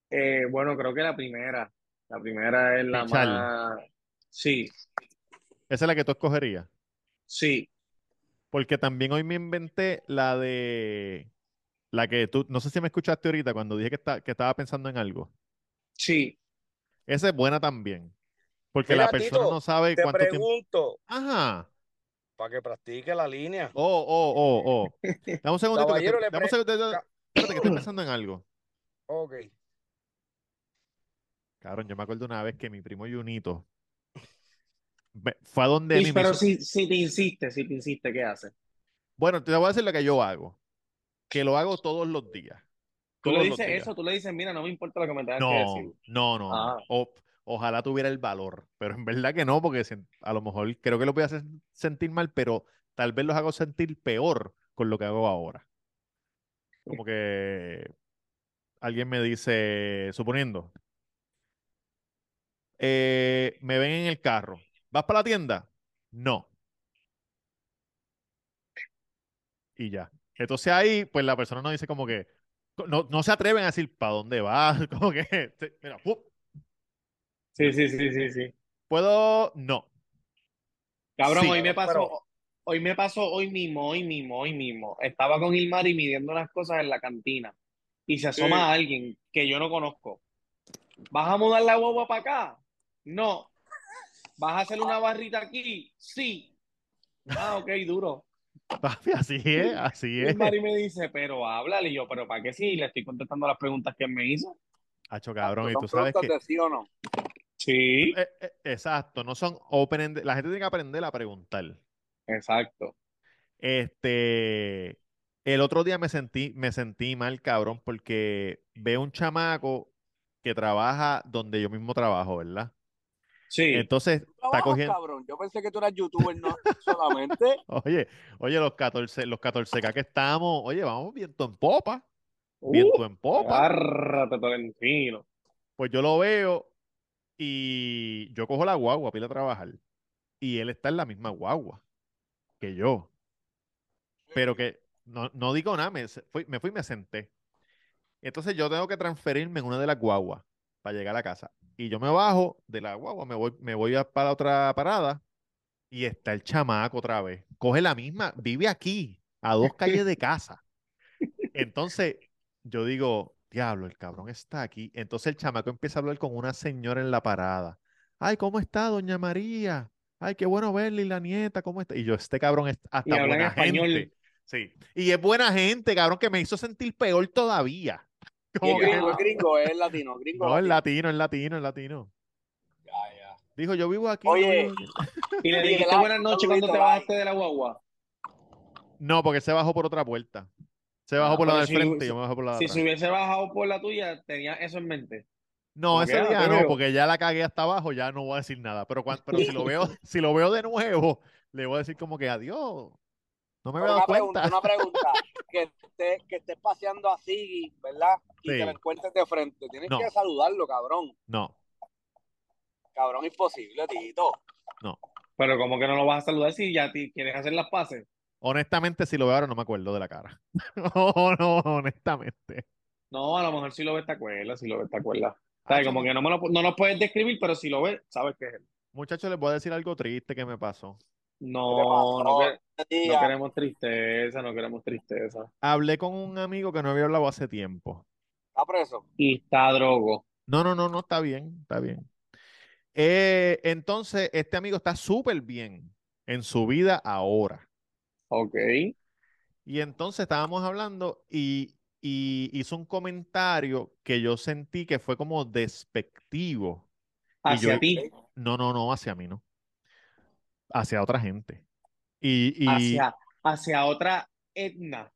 Speaker 5: Eh, bueno, creo que la primera. La primera es la
Speaker 2: Pichar.
Speaker 5: más. Sí,
Speaker 2: Esa es la que tú escogerías.
Speaker 5: sí.
Speaker 2: Porque también hoy me inventé la de... La que tú... No sé si me escuchaste ahorita cuando dije que, esta- que estaba pensando en algo.
Speaker 5: Sí,
Speaker 2: Esa es buena también. Porque
Speaker 6: Mira,
Speaker 2: la persona
Speaker 6: Tito,
Speaker 2: no sabe
Speaker 6: Te
Speaker 2: cuánto tiempo.
Speaker 6: pregunto
Speaker 2: Ajá.
Speaker 6: para que practique la línea.
Speaker 2: Oh, oh, oh, oh. Dame un segundito. que
Speaker 6: Caballero,
Speaker 2: estoy-
Speaker 6: le
Speaker 2: dame un
Speaker 6: pre-
Speaker 2: segundito.
Speaker 6: ca-
Speaker 2: Espérate, que estoy pensando en algo.
Speaker 6: Ok.
Speaker 2: Cabrón, yo me acuerdo una vez que mi primo Junito ve- fue a donde
Speaker 5: Y-
Speaker 2: mí y me
Speaker 5: pero
Speaker 2: hizo-
Speaker 5: si, si te insiste, si te insiste, ¿qué haces?
Speaker 2: Bueno, te voy a decir lo que yo hago. Que lo hago todos los días.
Speaker 5: Tú le
Speaker 2: Todos los
Speaker 5: dices
Speaker 2: días.
Speaker 5: eso, tú le dices, mira, no me importa lo que me tengas que
Speaker 2: No,
Speaker 5: decir.
Speaker 2: no, no.
Speaker 5: Ah.
Speaker 2: O- ojalá tuviera el valor, pero en verdad que no, porque sen- a lo mejor creo que los voy a hacer sentir mal, pero tal vez los hago sentir peor con lo que hago ahora. Como que alguien me dice, suponiendo, eh, me ven en el carro, ¿vas para la tienda? No. Y ya. Entonces ahí, pues la persona nos dice como que, no, no se atreven a decir para dónde vas, como que, te- mira, ¡pup!
Speaker 5: Sí, sí, sí, sí, sí.
Speaker 2: ¿puedo? No.
Speaker 5: Cabrón,
Speaker 2: Sí.
Speaker 5: hoy me pasó,
Speaker 6: Pero-
Speaker 5: hoy me pasó, hoy mismo, hoy mismo, hoy mismo. Estaba con Ilmar y midiendo las cosas en la cantina. Y se asoma
Speaker 6: Sí.
Speaker 5: alguien que yo no conozco. ¿Vas a mudar la guagua para acá? No. ¿Vas a hacer una barrita aquí? Sí. Ah, ok, duro.
Speaker 2: Papi, así es, así
Speaker 5: Y
Speaker 2: es.
Speaker 5: Ilmar y me dice, pero háblale. Y yo, ¿pero para qué sí? Le estoy contestando las preguntas que él me hizo.
Speaker 2: Hacho, cabrón, y
Speaker 6: Son
Speaker 2: tú sabes que...
Speaker 6: preguntas de sí o no.
Speaker 5: Sí,
Speaker 2: Eh, eh, exacto, no son open-ended. La gente tiene que aprender a preguntar.
Speaker 5: exacto.
Speaker 2: Este, el otro día me sentí, me sentí mal, cabrón, porque veo un chamaco que trabaja donde yo mismo trabajo, ¿verdad?
Speaker 5: Sí.
Speaker 2: Entonces, está
Speaker 6: Trabajas,
Speaker 2: cogiendo,
Speaker 6: cabrón. Yo pensé que tú eras youtuber, no solamente.
Speaker 2: oye, oye, los 14, los 14K que estamos, oye, vamos viento en popa,
Speaker 5: Uh,
Speaker 2: viento en popa.
Speaker 5: agárrate, Tolentino.
Speaker 2: Pues yo lo veo y yo cojo la guagua para ir a trabajar y él está en la misma guagua que yo. Pero que no, no digo nada, me se- fui, me fui y me senté. Entonces yo tengo que transferirme en una de las guaguas para llegar a la casa. Y yo me bajo de la guagua, me voy, me voy a- para otra parada y está el chamaco otra vez. Coge la misma, vive aquí, a dos calles de casa. Entonces yo digo, diablo, el cabrón está aquí. Entonces el chamaco empieza a hablar con una señora en la parada. Ay, ¿cómo está, doña María? Ay, qué bueno verle y la nieta, ¿cómo está? Y yo, este cabrón es hasta
Speaker 5: Y habla en
Speaker 2: buena
Speaker 5: español.
Speaker 2: gente. Sí. Y es buena gente, cabrón, que me hizo sentir peor todavía.
Speaker 6: Y
Speaker 2: Como
Speaker 6: el
Speaker 2: que,
Speaker 6: gringo es gringo, es latino, gringo.
Speaker 2: no, es latino,
Speaker 6: latino.
Speaker 2: es latino, es latino.
Speaker 6: Ya, ya.
Speaker 2: Dijo, yo vivo aquí.
Speaker 6: Oye,
Speaker 2: yo vivo aquí.
Speaker 5: Y le
Speaker 6: Sí,
Speaker 5: dijiste
Speaker 6: claro,
Speaker 5: buenas noches cuando
Speaker 6: saludito,
Speaker 5: te
Speaker 6: bye.
Speaker 5: bajaste de la guagua.
Speaker 2: No, porque se bajó por otra puerta. Se bajó
Speaker 5: Ah,
Speaker 2: por la
Speaker 5: pero
Speaker 2: del
Speaker 5: si-
Speaker 2: frente,
Speaker 5: si-
Speaker 2: yo me bajé por la de
Speaker 5: Si
Speaker 2: atrás.
Speaker 5: se hubiese bajado por la tuya, tenía eso en mente.
Speaker 2: No,
Speaker 5: Como
Speaker 2: ese
Speaker 5: que, ah,
Speaker 2: día no,
Speaker 5: pero-
Speaker 2: porque ya la cagué hasta abajo, ya no voy a decir nada. Pero, cuan- pero si lo veo, si lo veo de nuevo, le voy a decir como que adiós. No me había
Speaker 6: Pero
Speaker 2: dado
Speaker 6: una
Speaker 2: cuenta.
Speaker 6: pregunta, una pregunta. Que estés que estés paseando así, ¿verdad? Y
Speaker 2: Sí.
Speaker 6: te lo encuentres de frente. Tienes
Speaker 2: No.
Speaker 6: que saludarlo, cabrón.
Speaker 2: No,
Speaker 6: Cabrón, imposible, Tito.
Speaker 5: Pero como que no lo vas a saludar si ya te- quieres hacer las paces.
Speaker 2: Honestamente, si lo veo ahora, no me acuerdo de la cara. no, no, honestamente.
Speaker 5: No, a lo mejor sí lo ves, te acuerdas, si lo ves, te acuerdas.
Speaker 6: Ah,
Speaker 5: ¿Sabes? Como que no, me lo, no lo puedes describir, pero si lo ves, sabes que es él.
Speaker 2: Muchachos, les voy a decir algo triste que me pasó.
Speaker 6: ¿Qué te
Speaker 5: No,
Speaker 6: pasó?
Speaker 5: no, que-
Speaker 6: Tía,
Speaker 5: no queremos tristeza, no queremos tristeza.
Speaker 2: Hablé con un amigo que no había hablado hace tiempo.
Speaker 6: Está preso.
Speaker 5: Y está drogo.
Speaker 2: No, no, no, no, está bien, está bien. Eh, entonces, este amigo está súper bien en su vida ahora.
Speaker 5: Ok.
Speaker 2: Y entonces estábamos hablando y, y hizo un comentario que yo sentí que fue como despectivo.
Speaker 5: Hacia
Speaker 2: yo-
Speaker 5: ti,
Speaker 2: No, no, no, hacia mí no. Hacia otra gente. Y, y
Speaker 5: hacia, hacia otra etna.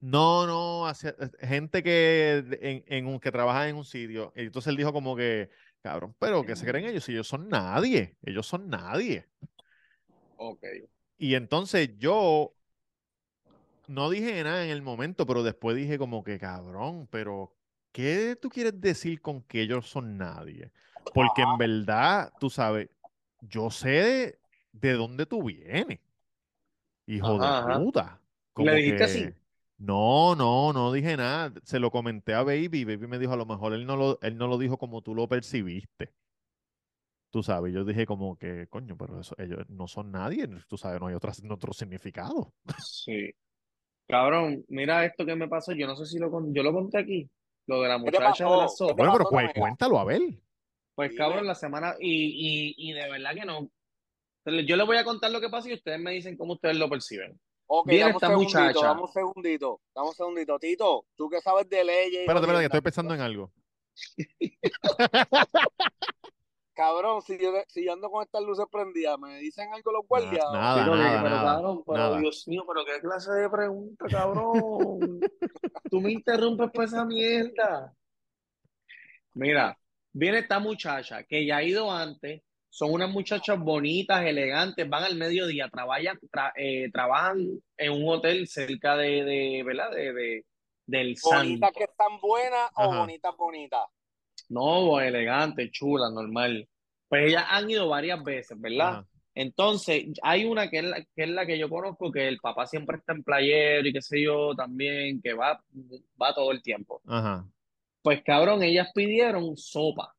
Speaker 2: no, no, hacia eh, gente que, de- en, en un, que trabaja en un sitio. Y entonces él dijo como que, cabrón, pero ¿qué se creen ellos? Si ellos son nadie, ellos son nadie.
Speaker 5: Ok.
Speaker 2: Y entonces yo no dije nada en el momento, pero después dije como que cabrón, pero ¿qué tú quieres decir con que ellos son nadie? Porque en verdad, tú sabes, yo sé de, de dónde tú vienes, hijo de
Speaker 5: Ajá, ajá.
Speaker 2: puta.
Speaker 5: ¿Le
Speaker 2: Como
Speaker 5: dijiste así?
Speaker 2: que, No, no, no dije nada. Se lo comenté a Baby y Baby me dijo, a lo mejor él no lo, él no lo dijo como tú lo percibiste. Tú sabes, yo dije como que, coño, pero eso, ellos no son nadie, tú sabes, no hay otra, otro significado.
Speaker 5: Sí. Cabrón, mira esto que me pasó. Yo no sé si lo con... yo lo conté aquí. Lo de la
Speaker 6: te
Speaker 5: muchacha
Speaker 6: pasó?
Speaker 5: de la
Speaker 6: ¿Qué
Speaker 5: sopa.
Speaker 6: te
Speaker 2: Bueno, pero
Speaker 6: pasó,
Speaker 2: cué-
Speaker 6: Omega?
Speaker 2: cuéntalo, a ver.
Speaker 5: Pues
Speaker 6: Dime.
Speaker 5: cabrón, la semana. Y, y, y de verdad que no. Yo les voy a contar lo que pasa y ustedes me dicen cómo ustedes lo perciben.
Speaker 6: Ok,
Speaker 5: Viene
Speaker 6: dame un
Speaker 5: esta
Speaker 6: segundito,
Speaker 5: muchacha.
Speaker 6: dame un segundito, dame un segundito. Tito, tú que sabes de leyes. y
Speaker 2: Espérate, espérate, que
Speaker 6: jodiendas,
Speaker 2: estoy pensando en algo.
Speaker 6: Cabrón, si yo, si yo ando con estas luces prendidas, me dicen algo los guardias.
Speaker 2: Ah, nada,
Speaker 5: Pero,
Speaker 2: nada,
Speaker 5: pero,
Speaker 2: nada,
Speaker 5: cabrón, pero
Speaker 2: nada.
Speaker 5: Dios mío, pero qué clase de pregunta, cabrón. Tú me interrumpes por esa mierda. Mira, viene esta muchacha que ya ha ido antes. Son unas muchachas bonitas, elegantes, van al mediodía, trabajan, tra- eh, trabajan en un hotel cerca de, de ¿verdad? De, de- del San.
Speaker 6: Bonitas que están buenas o
Speaker 2: Ajá.
Speaker 6: bonitas, bonitas.
Speaker 5: No, elegante, chula, normal. Pues ellas han ido varias veces, ¿verdad?
Speaker 2: Ajá.
Speaker 5: Entonces, hay una que es, la, que es la que yo conozco, que el papá siempre está en playero y qué sé yo, también, que va, va todo el tiempo.
Speaker 2: Ah, Ajá.
Speaker 5: Pues cabrón, ellas pidieron sopa.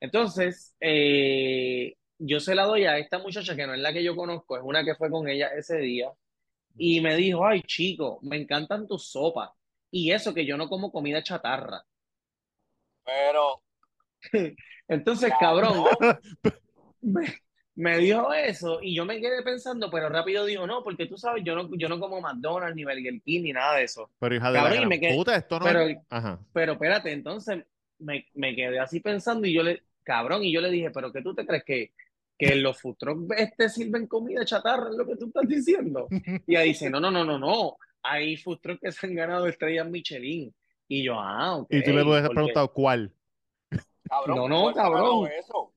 Speaker 5: Entonces, eh, yo se la doy a esta muchacha que no es la que yo conozco, es una que fue con ella ese día, y me dijo, ay chico, me encantan tus sopas. Y eso que yo no como comida chatarra.
Speaker 6: Pero,
Speaker 5: Entonces, cabrón, me, me dijo eso y yo me quedé pensando, pero rápido dijo, no, porque tú sabes, yo no, yo no como McDonald's, ni Burger King, ni nada de eso.
Speaker 2: Pero hija de la
Speaker 5: Cabrón, y
Speaker 2: gran
Speaker 5: me quedé-
Speaker 2: puta, esto no es-
Speaker 5: Pero,
Speaker 2: Ajá.
Speaker 5: pero espérate, entonces me, me quedé así pensando y yo le, cabrón, y yo le dije, pero ¿qué tú te crees que, que los food trucks este sirven comida chatarra, es lo que tú estás diciendo? Y ella dice, no, no, no, no, no, hay food trucks que se han ganado estrellas Michelin. Y yo, ah, ok.
Speaker 2: Y tú le puedes haber
Speaker 5: porque-
Speaker 2: preguntado cuál.
Speaker 6: cabrón,
Speaker 5: No, no,
Speaker 6: cuéntame
Speaker 5: cabrón.
Speaker 6: Eso.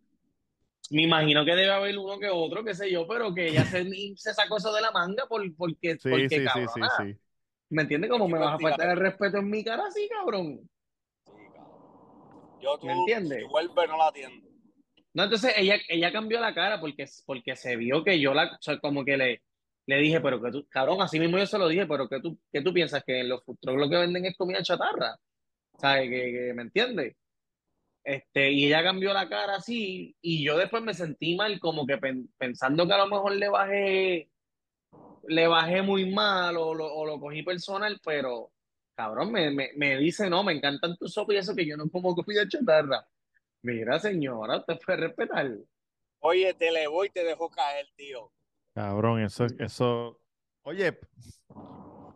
Speaker 5: Me imagino que debe haber uno que otro, qué sé yo, pero que ya se, se sacó eso de la manga por, porque,
Speaker 2: Sí,
Speaker 5: porque
Speaker 2: sí, sí,
Speaker 5: cabrona,
Speaker 2: sí, sí.
Speaker 5: ¿Me entiendes? Como
Speaker 6: Sí,
Speaker 5: me vas a
Speaker 6: practícate.
Speaker 5: faltar el respeto en mi cara así, cabrón.
Speaker 6: Sí, cabrón. Yo tú,
Speaker 5: ¿Me entiendes?
Speaker 6: si vuelve, no la atiendo.
Speaker 5: No, entonces ella, ella cambió la cara porque, porque se vio que yo la, o sea, como que le, le dije, pero que tú, cabrón, así mismo yo se lo dije, pero que tú, que tú piensas que en los food trucks lo que venden es comida chatarra. ¿Sabes? Que, que- ¿me entiendes? Este, y ella cambió la cara así, y yo después me sentí mal, como que pen- pensando que a lo mejor le bajé, le bajé muy mal o lo, o lo cogí personal, pero cabrón, me, me, me dice, no, me encantan tus sopas y eso que yo no como comida chatarra. Mira, señora, usted puede respetar.
Speaker 6: Oye, te le voy y te dejo caer, tío.
Speaker 2: Cabrón, eso, eso. Oye,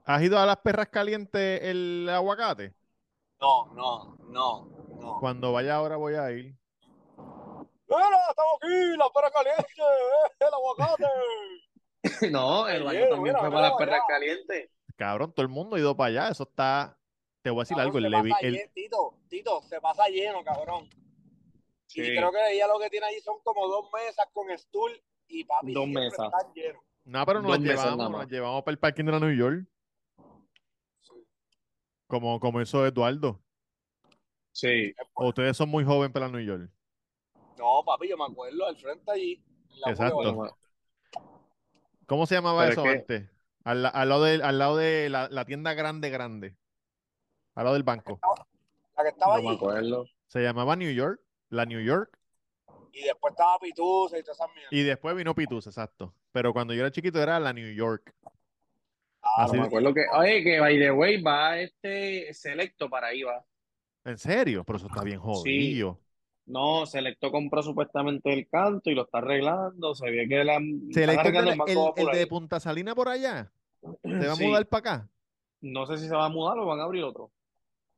Speaker 2: ¿has ido a las perras calientes el aguacate?
Speaker 6: No, no, no, no.
Speaker 2: Cuando vaya ahora voy a ir.
Speaker 6: ¡Mira, estamos aquí! ¡La pera caliente! eh, ¡El aguacate!
Speaker 5: No, el baño
Speaker 6: Mira,
Speaker 5: también
Speaker 6: mira,
Speaker 5: fue
Speaker 6: mira,
Speaker 5: para las
Speaker 6: ya.
Speaker 5: perras calientes.
Speaker 2: Cabrón, todo el mundo ha ido para allá. Eso está. Te voy a decir
Speaker 6: Cabrón,
Speaker 2: algo. El
Speaker 6: se
Speaker 2: Levi,
Speaker 6: pasa
Speaker 2: el-
Speaker 6: llen- Tito, Tito, se pasa lleno, cabrón.
Speaker 5: Sí.
Speaker 6: Y creo que ella lo que tiene allí son como dos mesas con stool y papi.
Speaker 5: Dos
Speaker 6: siempre
Speaker 5: mesas.
Speaker 6: están llenos.
Speaker 2: No, pero nos las
Speaker 5: Dos meses nada
Speaker 2: llevamos, nos
Speaker 5: más.
Speaker 2: las llevamos para el parking de la New York. Como, como hizo Eduardo.
Speaker 5: Sí.
Speaker 2: O ustedes son muy jóvenes para la New York.
Speaker 6: No, papi, yo me acuerdo al frente allí. en la
Speaker 2: Exacto.
Speaker 6: Boulevard.
Speaker 5: Bueno,
Speaker 2: ¿Cómo se llamaba
Speaker 5: Pero
Speaker 2: eso
Speaker 5: es que-
Speaker 2: antes? Al, la- al lado de, al lado de la, la tienda grande, grande. Al lado del banco.
Speaker 6: La que estaba
Speaker 5: No me
Speaker 6: allí.
Speaker 5: acuerdo.
Speaker 2: Se llamaba New York, la New York.
Speaker 6: Y después estaba Pitusa y todas esas mierdas.
Speaker 2: Y después vino Pitus, exacto. Pero cuando yo era chiquito era la New York.
Speaker 6: Ah,
Speaker 2: así-
Speaker 5: No me acuerdo que, oye, que by the way va este selecto para ahí, va.
Speaker 2: ¿En serio? Pero eso está bien jodido.
Speaker 5: No, Selecto compró supuestamente el canto y lo está arreglando. Se ve que la están
Speaker 2: Se le quita
Speaker 5: arreglando
Speaker 2: el,
Speaker 5: el Banco
Speaker 2: el- el
Speaker 5: Popular.
Speaker 2: de Punta Salina por allá. Se va a
Speaker 5: Sí.
Speaker 2: mudar para acá.
Speaker 5: No sé si se va a mudar o van a abrir otro.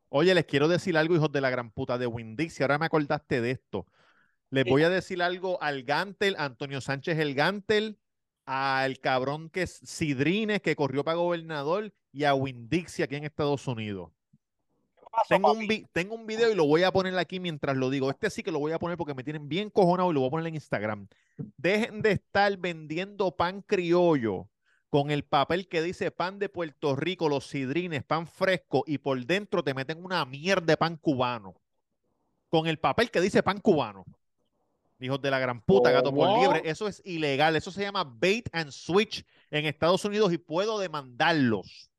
Speaker 2: Oye, les quiero decir algo, hijos de la gran puta de Windix. Ahora me acordaste de esto. Les voy a decir algo al Gantel, a Antonio Sánchez el Gantel, al cabrón que es Sidrines, que corrió para gobernador, y a Windixie aquí en Estados Unidos.
Speaker 6: ¿qué pasó,
Speaker 2: Tengo
Speaker 6: papi?
Speaker 2: un, vi- tengo un video y lo voy a poner aquí mientras lo digo. Este sí que lo voy a poner porque me tienen bien cojonado y lo voy a poner en Instagram. Dejen de estar vendiendo pan criollo con el papel que dice pan de Puerto Rico, los sidrines, pan fresco y por dentro te meten una mierda de pan cubano. Con el papel que dice pan cubano. Hijos de la gran puta, gato por
Speaker 6: Oh,
Speaker 5: ¿Cómo?
Speaker 2: liebre. Eso es ilegal. Eso se llama bait and switch en Estados Unidos y puedo demandarlos.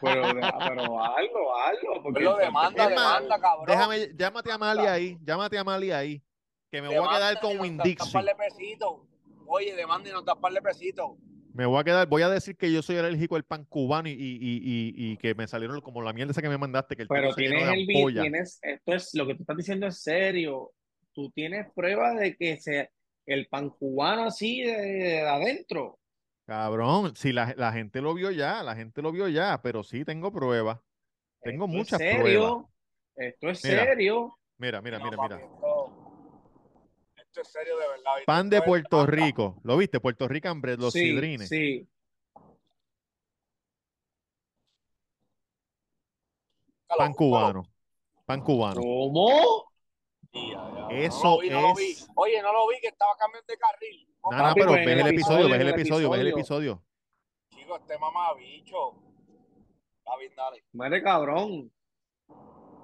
Speaker 5: Pero, pero algo, algo, porque
Speaker 6: Pues lo demanda,
Speaker 2: Es más,
Speaker 6: demanda, cabrón.
Speaker 2: Déjame, llámate a Amalia ahí, llámate a Amalia ahí, que me voy a quedar con Windixie.
Speaker 6: Taparle pesito. Oye, demanda y no taparle pesito.
Speaker 2: Me voy a quedar, voy a decir que yo soy alérgico al pan cubano y, y, y, y- y que me salieron como la mierda esa que me mandaste, que el
Speaker 5: Pero
Speaker 2: tipo se llenó
Speaker 5: tienes
Speaker 2: de
Speaker 5: el vi-
Speaker 2: ampolla.
Speaker 5: tienes, esto es, lo que tú estás diciendo es serio. Tú tienes pruebas de que se, el pan cubano así de, de adentro.
Speaker 2: Cabrón, si la, la gente lo vio ya, la gente lo vio ya, pero sí tengo pruebas. Tengo
Speaker 5: Esto es
Speaker 2: muchas
Speaker 5: serio.
Speaker 2: pruebas.
Speaker 5: Esto es
Speaker 2: Mira.
Speaker 5: serio.
Speaker 2: Mira, mira,
Speaker 6: No,
Speaker 2: mira,
Speaker 6: papi,
Speaker 2: mira.
Speaker 6: Esto, esto es serio de verdad. Vito.
Speaker 2: Pan de
Speaker 6: Esto es
Speaker 2: Puerto
Speaker 6: demanda.
Speaker 2: Rico, ¿lo viste? Puerto Rican bread, los
Speaker 5: Sí,
Speaker 2: sidrines.
Speaker 5: sí.
Speaker 2: Pan
Speaker 6: Búscalo, búscalo.
Speaker 2: cubano, pan cubano.
Speaker 5: ¿Cómo?
Speaker 6: Tía, ya, no
Speaker 2: Eso
Speaker 6: lo vi, no lo vi.
Speaker 2: es-
Speaker 6: Oye, no lo vi que estaba cambiando de carril. No,
Speaker 2: Nada,
Speaker 5: Papi,
Speaker 2: pero
Speaker 5: pues, en
Speaker 2: ves el
Speaker 5: el
Speaker 2: episodio,
Speaker 5: episodio,
Speaker 2: ves el
Speaker 5: en el
Speaker 2: episodio, ves el
Speaker 5: episodio.
Speaker 2: episodio.
Speaker 6: Chico, este mamabicho. David, dale.
Speaker 5: Madre cabrón.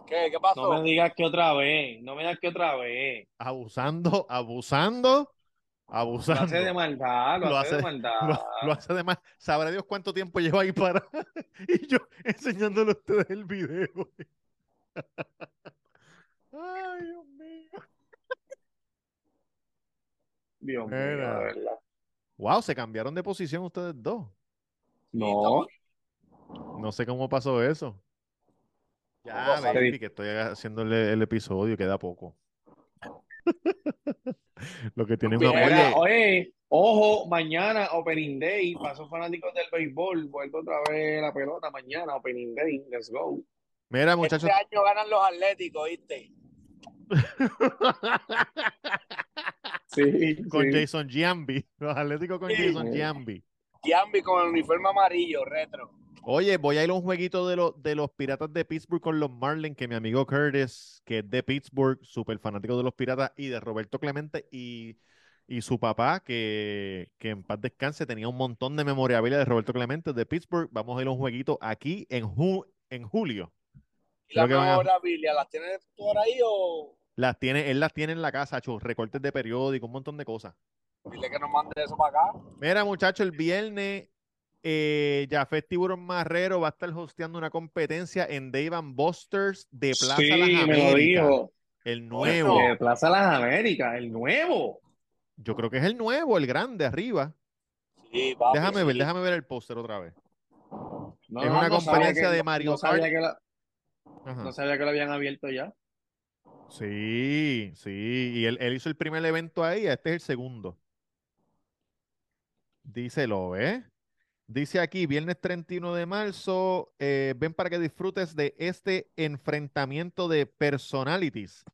Speaker 6: ¿Qué, qué
Speaker 5: No
Speaker 6: pasó?
Speaker 5: me digas que otra vez. No me digas que otra vez.
Speaker 2: abusando, abusando,
Speaker 5: Lo
Speaker 2: abusando.
Speaker 5: hace de maldad, lo,
Speaker 2: Lo
Speaker 5: hace de
Speaker 2: hace-
Speaker 5: maldad.
Speaker 2: Lo, lo hace además, sabrá Dios cuánto tiempo lleva ahí para. y yo enseñándole a ustedes el video. Ay, Dios mío.
Speaker 5: Dios mío, de
Speaker 2: Mira.
Speaker 5: verdad.
Speaker 2: Wow, se cambiaron de posición ustedes dos.
Speaker 5: No,
Speaker 2: No sé cómo pasó eso. Ya,
Speaker 6: Ojo,
Speaker 2: baby,
Speaker 5: Javi.
Speaker 2: que estoy haciéndole el episodio, queda poco. Lo que tiene una
Speaker 6: Mira,
Speaker 2: oye,
Speaker 5: Mira, oye, ojo, mañana Opening Day, para esos fanáticos del béisbol, vuelve otra vez la pelota mañana, Opening Day, let's go.
Speaker 2: Mira, muchachos,
Speaker 6: Este año ganan los atléticos, ¿viste?
Speaker 5: Sí,
Speaker 2: con
Speaker 5: sí.
Speaker 2: Jason Giambi. Los Atléticos con
Speaker 6: Sí.
Speaker 2: Jason Giambi.
Speaker 6: Giambi con el uniforme amarillo, retro.
Speaker 2: Oye, voy a ir a un jueguito de, los de los Piratas de Pittsburgh con los Marlins, que mi amigo Curtis, que es de Pittsburgh, súper fanático de los Piratas, y de Roberto Clemente y, y su papá, que, que en paz descanse, tenía un montón de memorabilia de Roberto Clemente de Pittsburgh. Vamos a ir a un jueguito aquí en, ju- en julio.
Speaker 6: ¿Y la
Speaker 2: Creo que van a-
Speaker 6: memorabilia las tienes tú ahora ahí o...?
Speaker 2: Las tiene, él las tiene en la casa, chus, recortes de periódico, un montón de cosas.
Speaker 6: Dile que nos mande eso para acá.
Speaker 2: Mira, muchacho, el viernes eh, Jafet Tiburón Marrero va a estar hosteando una competencia en Dave and Busters de Plaza
Speaker 5: Sí,
Speaker 2: Las
Speaker 5: me lo
Speaker 2: Américas.
Speaker 5: dijo. eh,
Speaker 2: El
Speaker 6: Oye,
Speaker 2: nuevo.
Speaker 5: De Plaza Las Américas, el nuevo.
Speaker 2: Yo creo que es el nuevo, el grande arriba.
Speaker 6: Sí, papi,
Speaker 2: Déjame
Speaker 6: sí.
Speaker 2: ver, déjame ver el póster otra vez.
Speaker 5: No,
Speaker 2: Es
Speaker 5: no,
Speaker 2: una
Speaker 5: no sabía
Speaker 2: competencia
Speaker 5: que-
Speaker 2: de
Speaker 5: no-
Speaker 2: Mario Ah.
Speaker 5: no sabía
Speaker 2: Kart.
Speaker 5: que la-
Speaker 2: Ajá.
Speaker 5: no sabía que lo habían abierto ya.
Speaker 2: Sí, sí. Y él, él hizo el primer evento ahí, este es el segundo. Díselo, ¿eh? Dice aquí, viernes 31 de marzo, eh, ven para que disfrutes de este enfrentamiento de personalities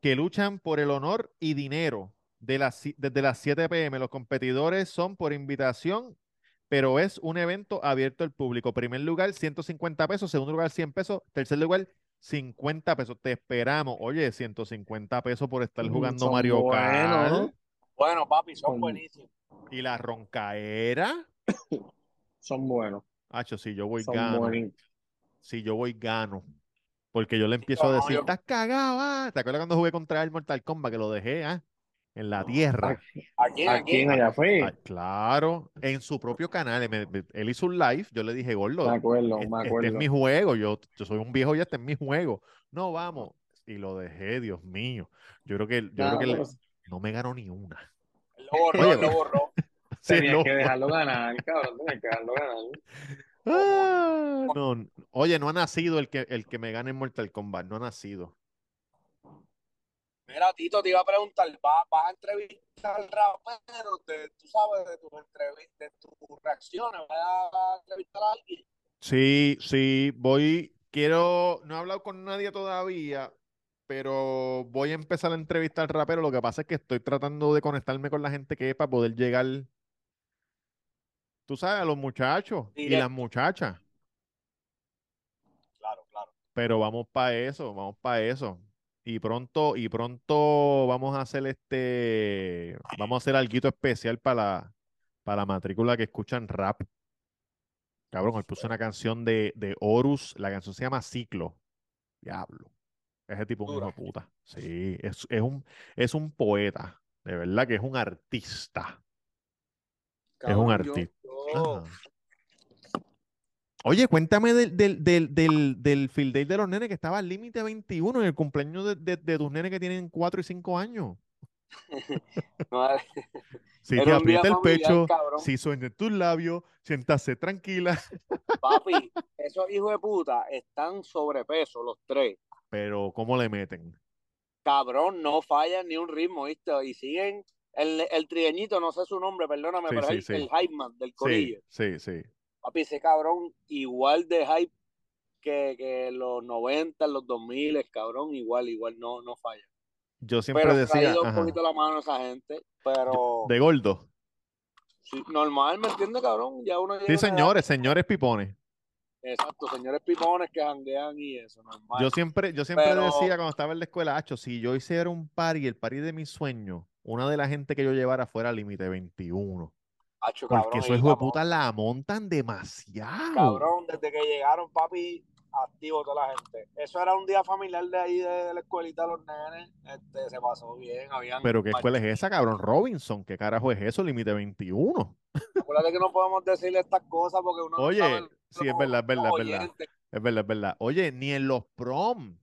Speaker 2: que luchan por el honor y dinero de las si- desde las 7 pm. Los competidores son por invitación, pero es un evento abierto al público. Primer lugar, 150 pesos, segundo lugar, 100 pesos, tercer lugar, 50 pesos. Te esperamos. Oye, 150 pesos por estar
Speaker 5: Mm,
Speaker 2: jugando
Speaker 5: son
Speaker 2: Mario Kart.
Speaker 5: buenos.
Speaker 6: Bueno, papi, son
Speaker 5: Con-
Speaker 6: buenísimos.
Speaker 2: Y la roncaera.
Speaker 5: Son buenos,
Speaker 2: Hacho, si yo voy
Speaker 5: son
Speaker 2: gano.
Speaker 5: buenos.
Speaker 2: Si yo voy gano. Porque yo le empiezo a
Speaker 6: no,
Speaker 2: decir,
Speaker 6: yo-
Speaker 2: estás cagado, ah". ¿Te acuerdas cuando jugué contra el Mortal Kombat que lo dejé, ah? en la tierra.
Speaker 6: ¿A quién?
Speaker 5: ¿A quién allá fue?
Speaker 2: Ah, claro, en su propio canal. Él, me- me- él hizo un live, yo le dije, Gordo,
Speaker 5: Ah, Me
Speaker 2: este,
Speaker 5: acuerdo, me
Speaker 2: este es
Speaker 5: acuerdo.
Speaker 2: mi juego, yo, yo soy un viejo ya, este es mi juego. No, vamos. Y lo dejé, Dios mío. Yo creo que, yo creo
Speaker 5: Ah,
Speaker 2: que le-
Speaker 5: pero
Speaker 2: no me ganó ni una.
Speaker 6: Lo borró,
Speaker 2: Oye,
Speaker 6: lo borró.
Speaker 2: Sí,
Speaker 5: tenías
Speaker 2: no.
Speaker 5: que dejarlo ganar, cabrón, tenías que dejarlo ganar.
Speaker 2: Ah, no, n- Oye, no ha nacido el que, el que me gane en Mortal Kombat, no ha nacido.
Speaker 6: Mira, Tito, te iba a preguntar, ¿va- ¿vas, a entrevistar al rapero? De, tú sabes, de tus entrevi- de tus reacciones, ¿vas a entrevistar a alguien?
Speaker 2: Sí, sí, voy, quiero, no he hablado con nadie todavía, pero voy a empezar a entrevistar al rapero. Lo que pasa es que estoy tratando de conectarme con la gente que es para poder llegar, tú sabes, a los muchachos y las
Speaker 6: Directo.
Speaker 2: muchachas.
Speaker 6: Claro, claro.
Speaker 2: Pero vamos para eso, vamos para eso. Y pronto, y pronto vamos a hacer este, vamos a hacer alguito especial para la, para la matrícula que escuchan rap. Cabrón, él puso una canción de, de Horus, la canción se llama Ciclo. Diablo. Ese tipo es un hijo de puta. Sí, es, es un, es un poeta. De verdad que es un artista. un
Speaker 6: yo-
Speaker 2: artista.
Speaker 6: yo-
Speaker 2: Ajá. Oh. Oye, cuéntame del, del, del, del, del field day de los nenes que estaba al límite 21 en el cumpleaños de, de- de tus nenes que tienen 4 y 5 años.
Speaker 6: no, era-
Speaker 2: Si te
Speaker 6: era un día
Speaker 2: aprieta el
Speaker 6: familiar,
Speaker 2: pecho,
Speaker 6: cabrón.
Speaker 2: si sueñas tus labios, siéntase tranquila.
Speaker 6: Papi, esos hijos de puta están sobrepeso los tres.
Speaker 2: Pero, ¿cómo le meten?
Speaker 6: Cabrón, no fallan ni un ritmo, ¿viste? Y siguen. El, el trigueñito, no sé su nombre, perdóname,
Speaker 2: Sí,
Speaker 6: pero
Speaker 2: sí,
Speaker 6: es el,
Speaker 2: sí.
Speaker 6: el hype man del corillo.
Speaker 2: Sí, sí, sí.
Speaker 6: Papi, ese cabrón igual de hype que, que los 90, los 2000, cabrón, igual, igual, no, no falla.
Speaker 2: Yo siempre
Speaker 6: Pero se le ha
Speaker 2: decía,
Speaker 6: ido un
Speaker 2: ajá,
Speaker 6: poquito la mano a esa gente, pero
Speaker 2: de gordo.
Speaker 6: sí, normal, ¿me entiendes, cabrón? Ya uno llega a
Speaker 2: Sí,
Speaker 6: una edad-
Speaker 2: señores, señores pipones.
Speaker 6: Exacto, señores pipones que janguean y eso, normal.
Speaker 2: Yo siempre, yo siempre
Speaker 6: Pero-
Speaker 2: decía cuando estaba en la escuela, Hacho, si yo hiciera un party, el party de mis sueños, una de la gente que yo llevara fuera límite 21.
Speaker 6: Hacho,
Speaker 2: Porque
Speaker 6: cabrón,
Speaker 2: esos
Speaker 6: y
Speaker 2: hijos de
Speaker 6: vamos,
Speaker 2: puta la montan demasiado.
Speaker 6: Cabrón, desde que llegaron, papi, activo toda la gente. Eso era un día familiar de ahí, de, de la escuelita de los nenes. Este, se pasó bien, habían...
Speaker 2: Pero ¿qué escuela es esa, cabrón? Robinson, ¿qué carajo es eso? Límite 21.
Speaker 6: Acuérdate que no podemos decirle estas cosas porque uno no
Speaker 2: Oye,
Speaker 6: sabe
Speaker 2: sí, es
Speaker 6: los-
Speaker 2: verdad, es verdad,
Speaker 6: los
Speaker 2: es verdad.
Speaker 6: oyentes.
Speaker 2: Es verdad, es verdad. Oye, ni en los prom,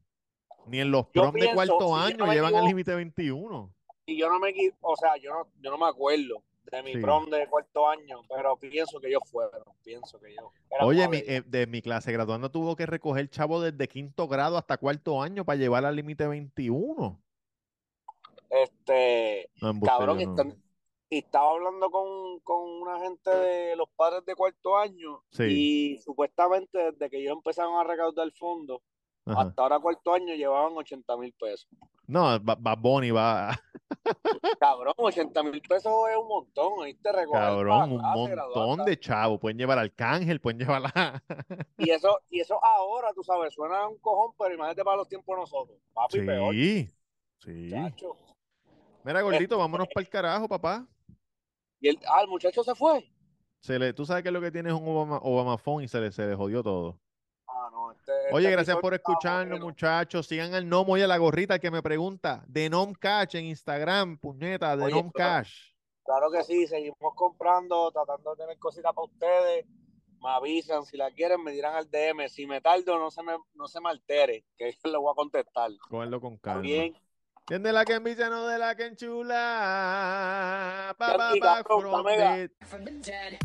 Speaker 2: ni en los
Speaker 6: Yo
Speaker 2: prom de
Speaker 6: pienso, si
Speaker 2: cuarto
Speaker 6: yo no
Speaker 2: año
Speaker 6: me
Speaker 2: llevan al
Speaker 6: equivoco-
Speaker 2: límite 21.
Speaker 6: Y yo no me equi- o sea, yo no, yo no me acuerdo de mi
Speaker 2: Sí.
Speaker 6: prom de cuarto año, pero pienso que ellos fueron, pienso que yo. Era
Speaker 2: Oye,
Speaker 6: una
Speaker 2: mi-
Speaker 6: bella.
Speaker 2: eh, de mi clase graduando tuvo que recoger chavo desde quinto grado hasta cuarto año para llevar al límite 21.
Speaker 6: este,
Speaker 2: No, embuste,
Speaker 6: cabrón,
Speaker 2: yo
Speaker 6: y
Speaker 2: no.
Speaker 6: están- y estaba hablando con, con una gente de los padres de cuarto año
Speaker 2: Sí.
Speaker 6: y supuestamente desde que ellos empezaron a recaudar fondos,
Speaker 2: Ajá.
Speaker 6: hasta ahora cuarto año llevaban 80 mil pesos.
Speaker 2: No, va, va Bonnie, va.
Speaker 6: Cabrón, 80 mil pesos es un montón, ¿oíste? Recoger para
Speaker 2: Cabrón, un
Speaker 6: clase, graduarse.
Speaker 2: montón de chavos. Pueden llevar al Cángel, pueden llevar a.
Speaker 6: Y eso, y eso ahora, tú sabes, suena un cojón, pero imagínate para los tiempos de nosotros. Papi, peor,
Speaker 2: Sí, sí.
Speaker 6: muchacho.
Speaker 2: Mira, gordito, vámonos para el carajo, papá.
Speaker 6: Y el, ah, el muchacho se fue.
Speaker 2: Se le, tú sabes que lo que tiene es un Obama, Obamafón y se le, se le jodió todo.
Speaker 6: Ah, no, este,
Speaker 2: Oye,
Speaker 6: este
Speaker 2: gracias
Speaker 6: episodio
Speaker 2: por
Speaker 6: está
Speaker 2: escucharnos,
Speaker 6: bueno.
Speaker 2: muchachos. Sigan al Nomo, oye, la gorrita, el que me pregunta. De Nom Cash en Instagram, puñeta, de
Speaker 6: Oye,
Speaker 2: Nom
Speaker 6: claro.
Speaker 2: Cash.
Speaker 6: Claro que sí, seguimos comprando, tratando de tener cositas para ustedes. Me avisan, si la quieren, me dirán al DM. Si me tardo, no se me, no se me altere, que yo les voy a contestar.
Speaker 2: Cógelo con
Speaker 6: Está
Speaker 2: calma.
Speaker 6: bien.
Speaker 2: ¿Quién de la que envidia, no de la que enchula? Pa,
Speaker 6: Ya
Speaker 2: pa,
Speaker 6: sí,
Speaker 2: pa,
Speaker 6: cabrón,
Speaker 2: from
Speaker 6: dame la-
Speaker 2: the
Speaker 3: From the dead.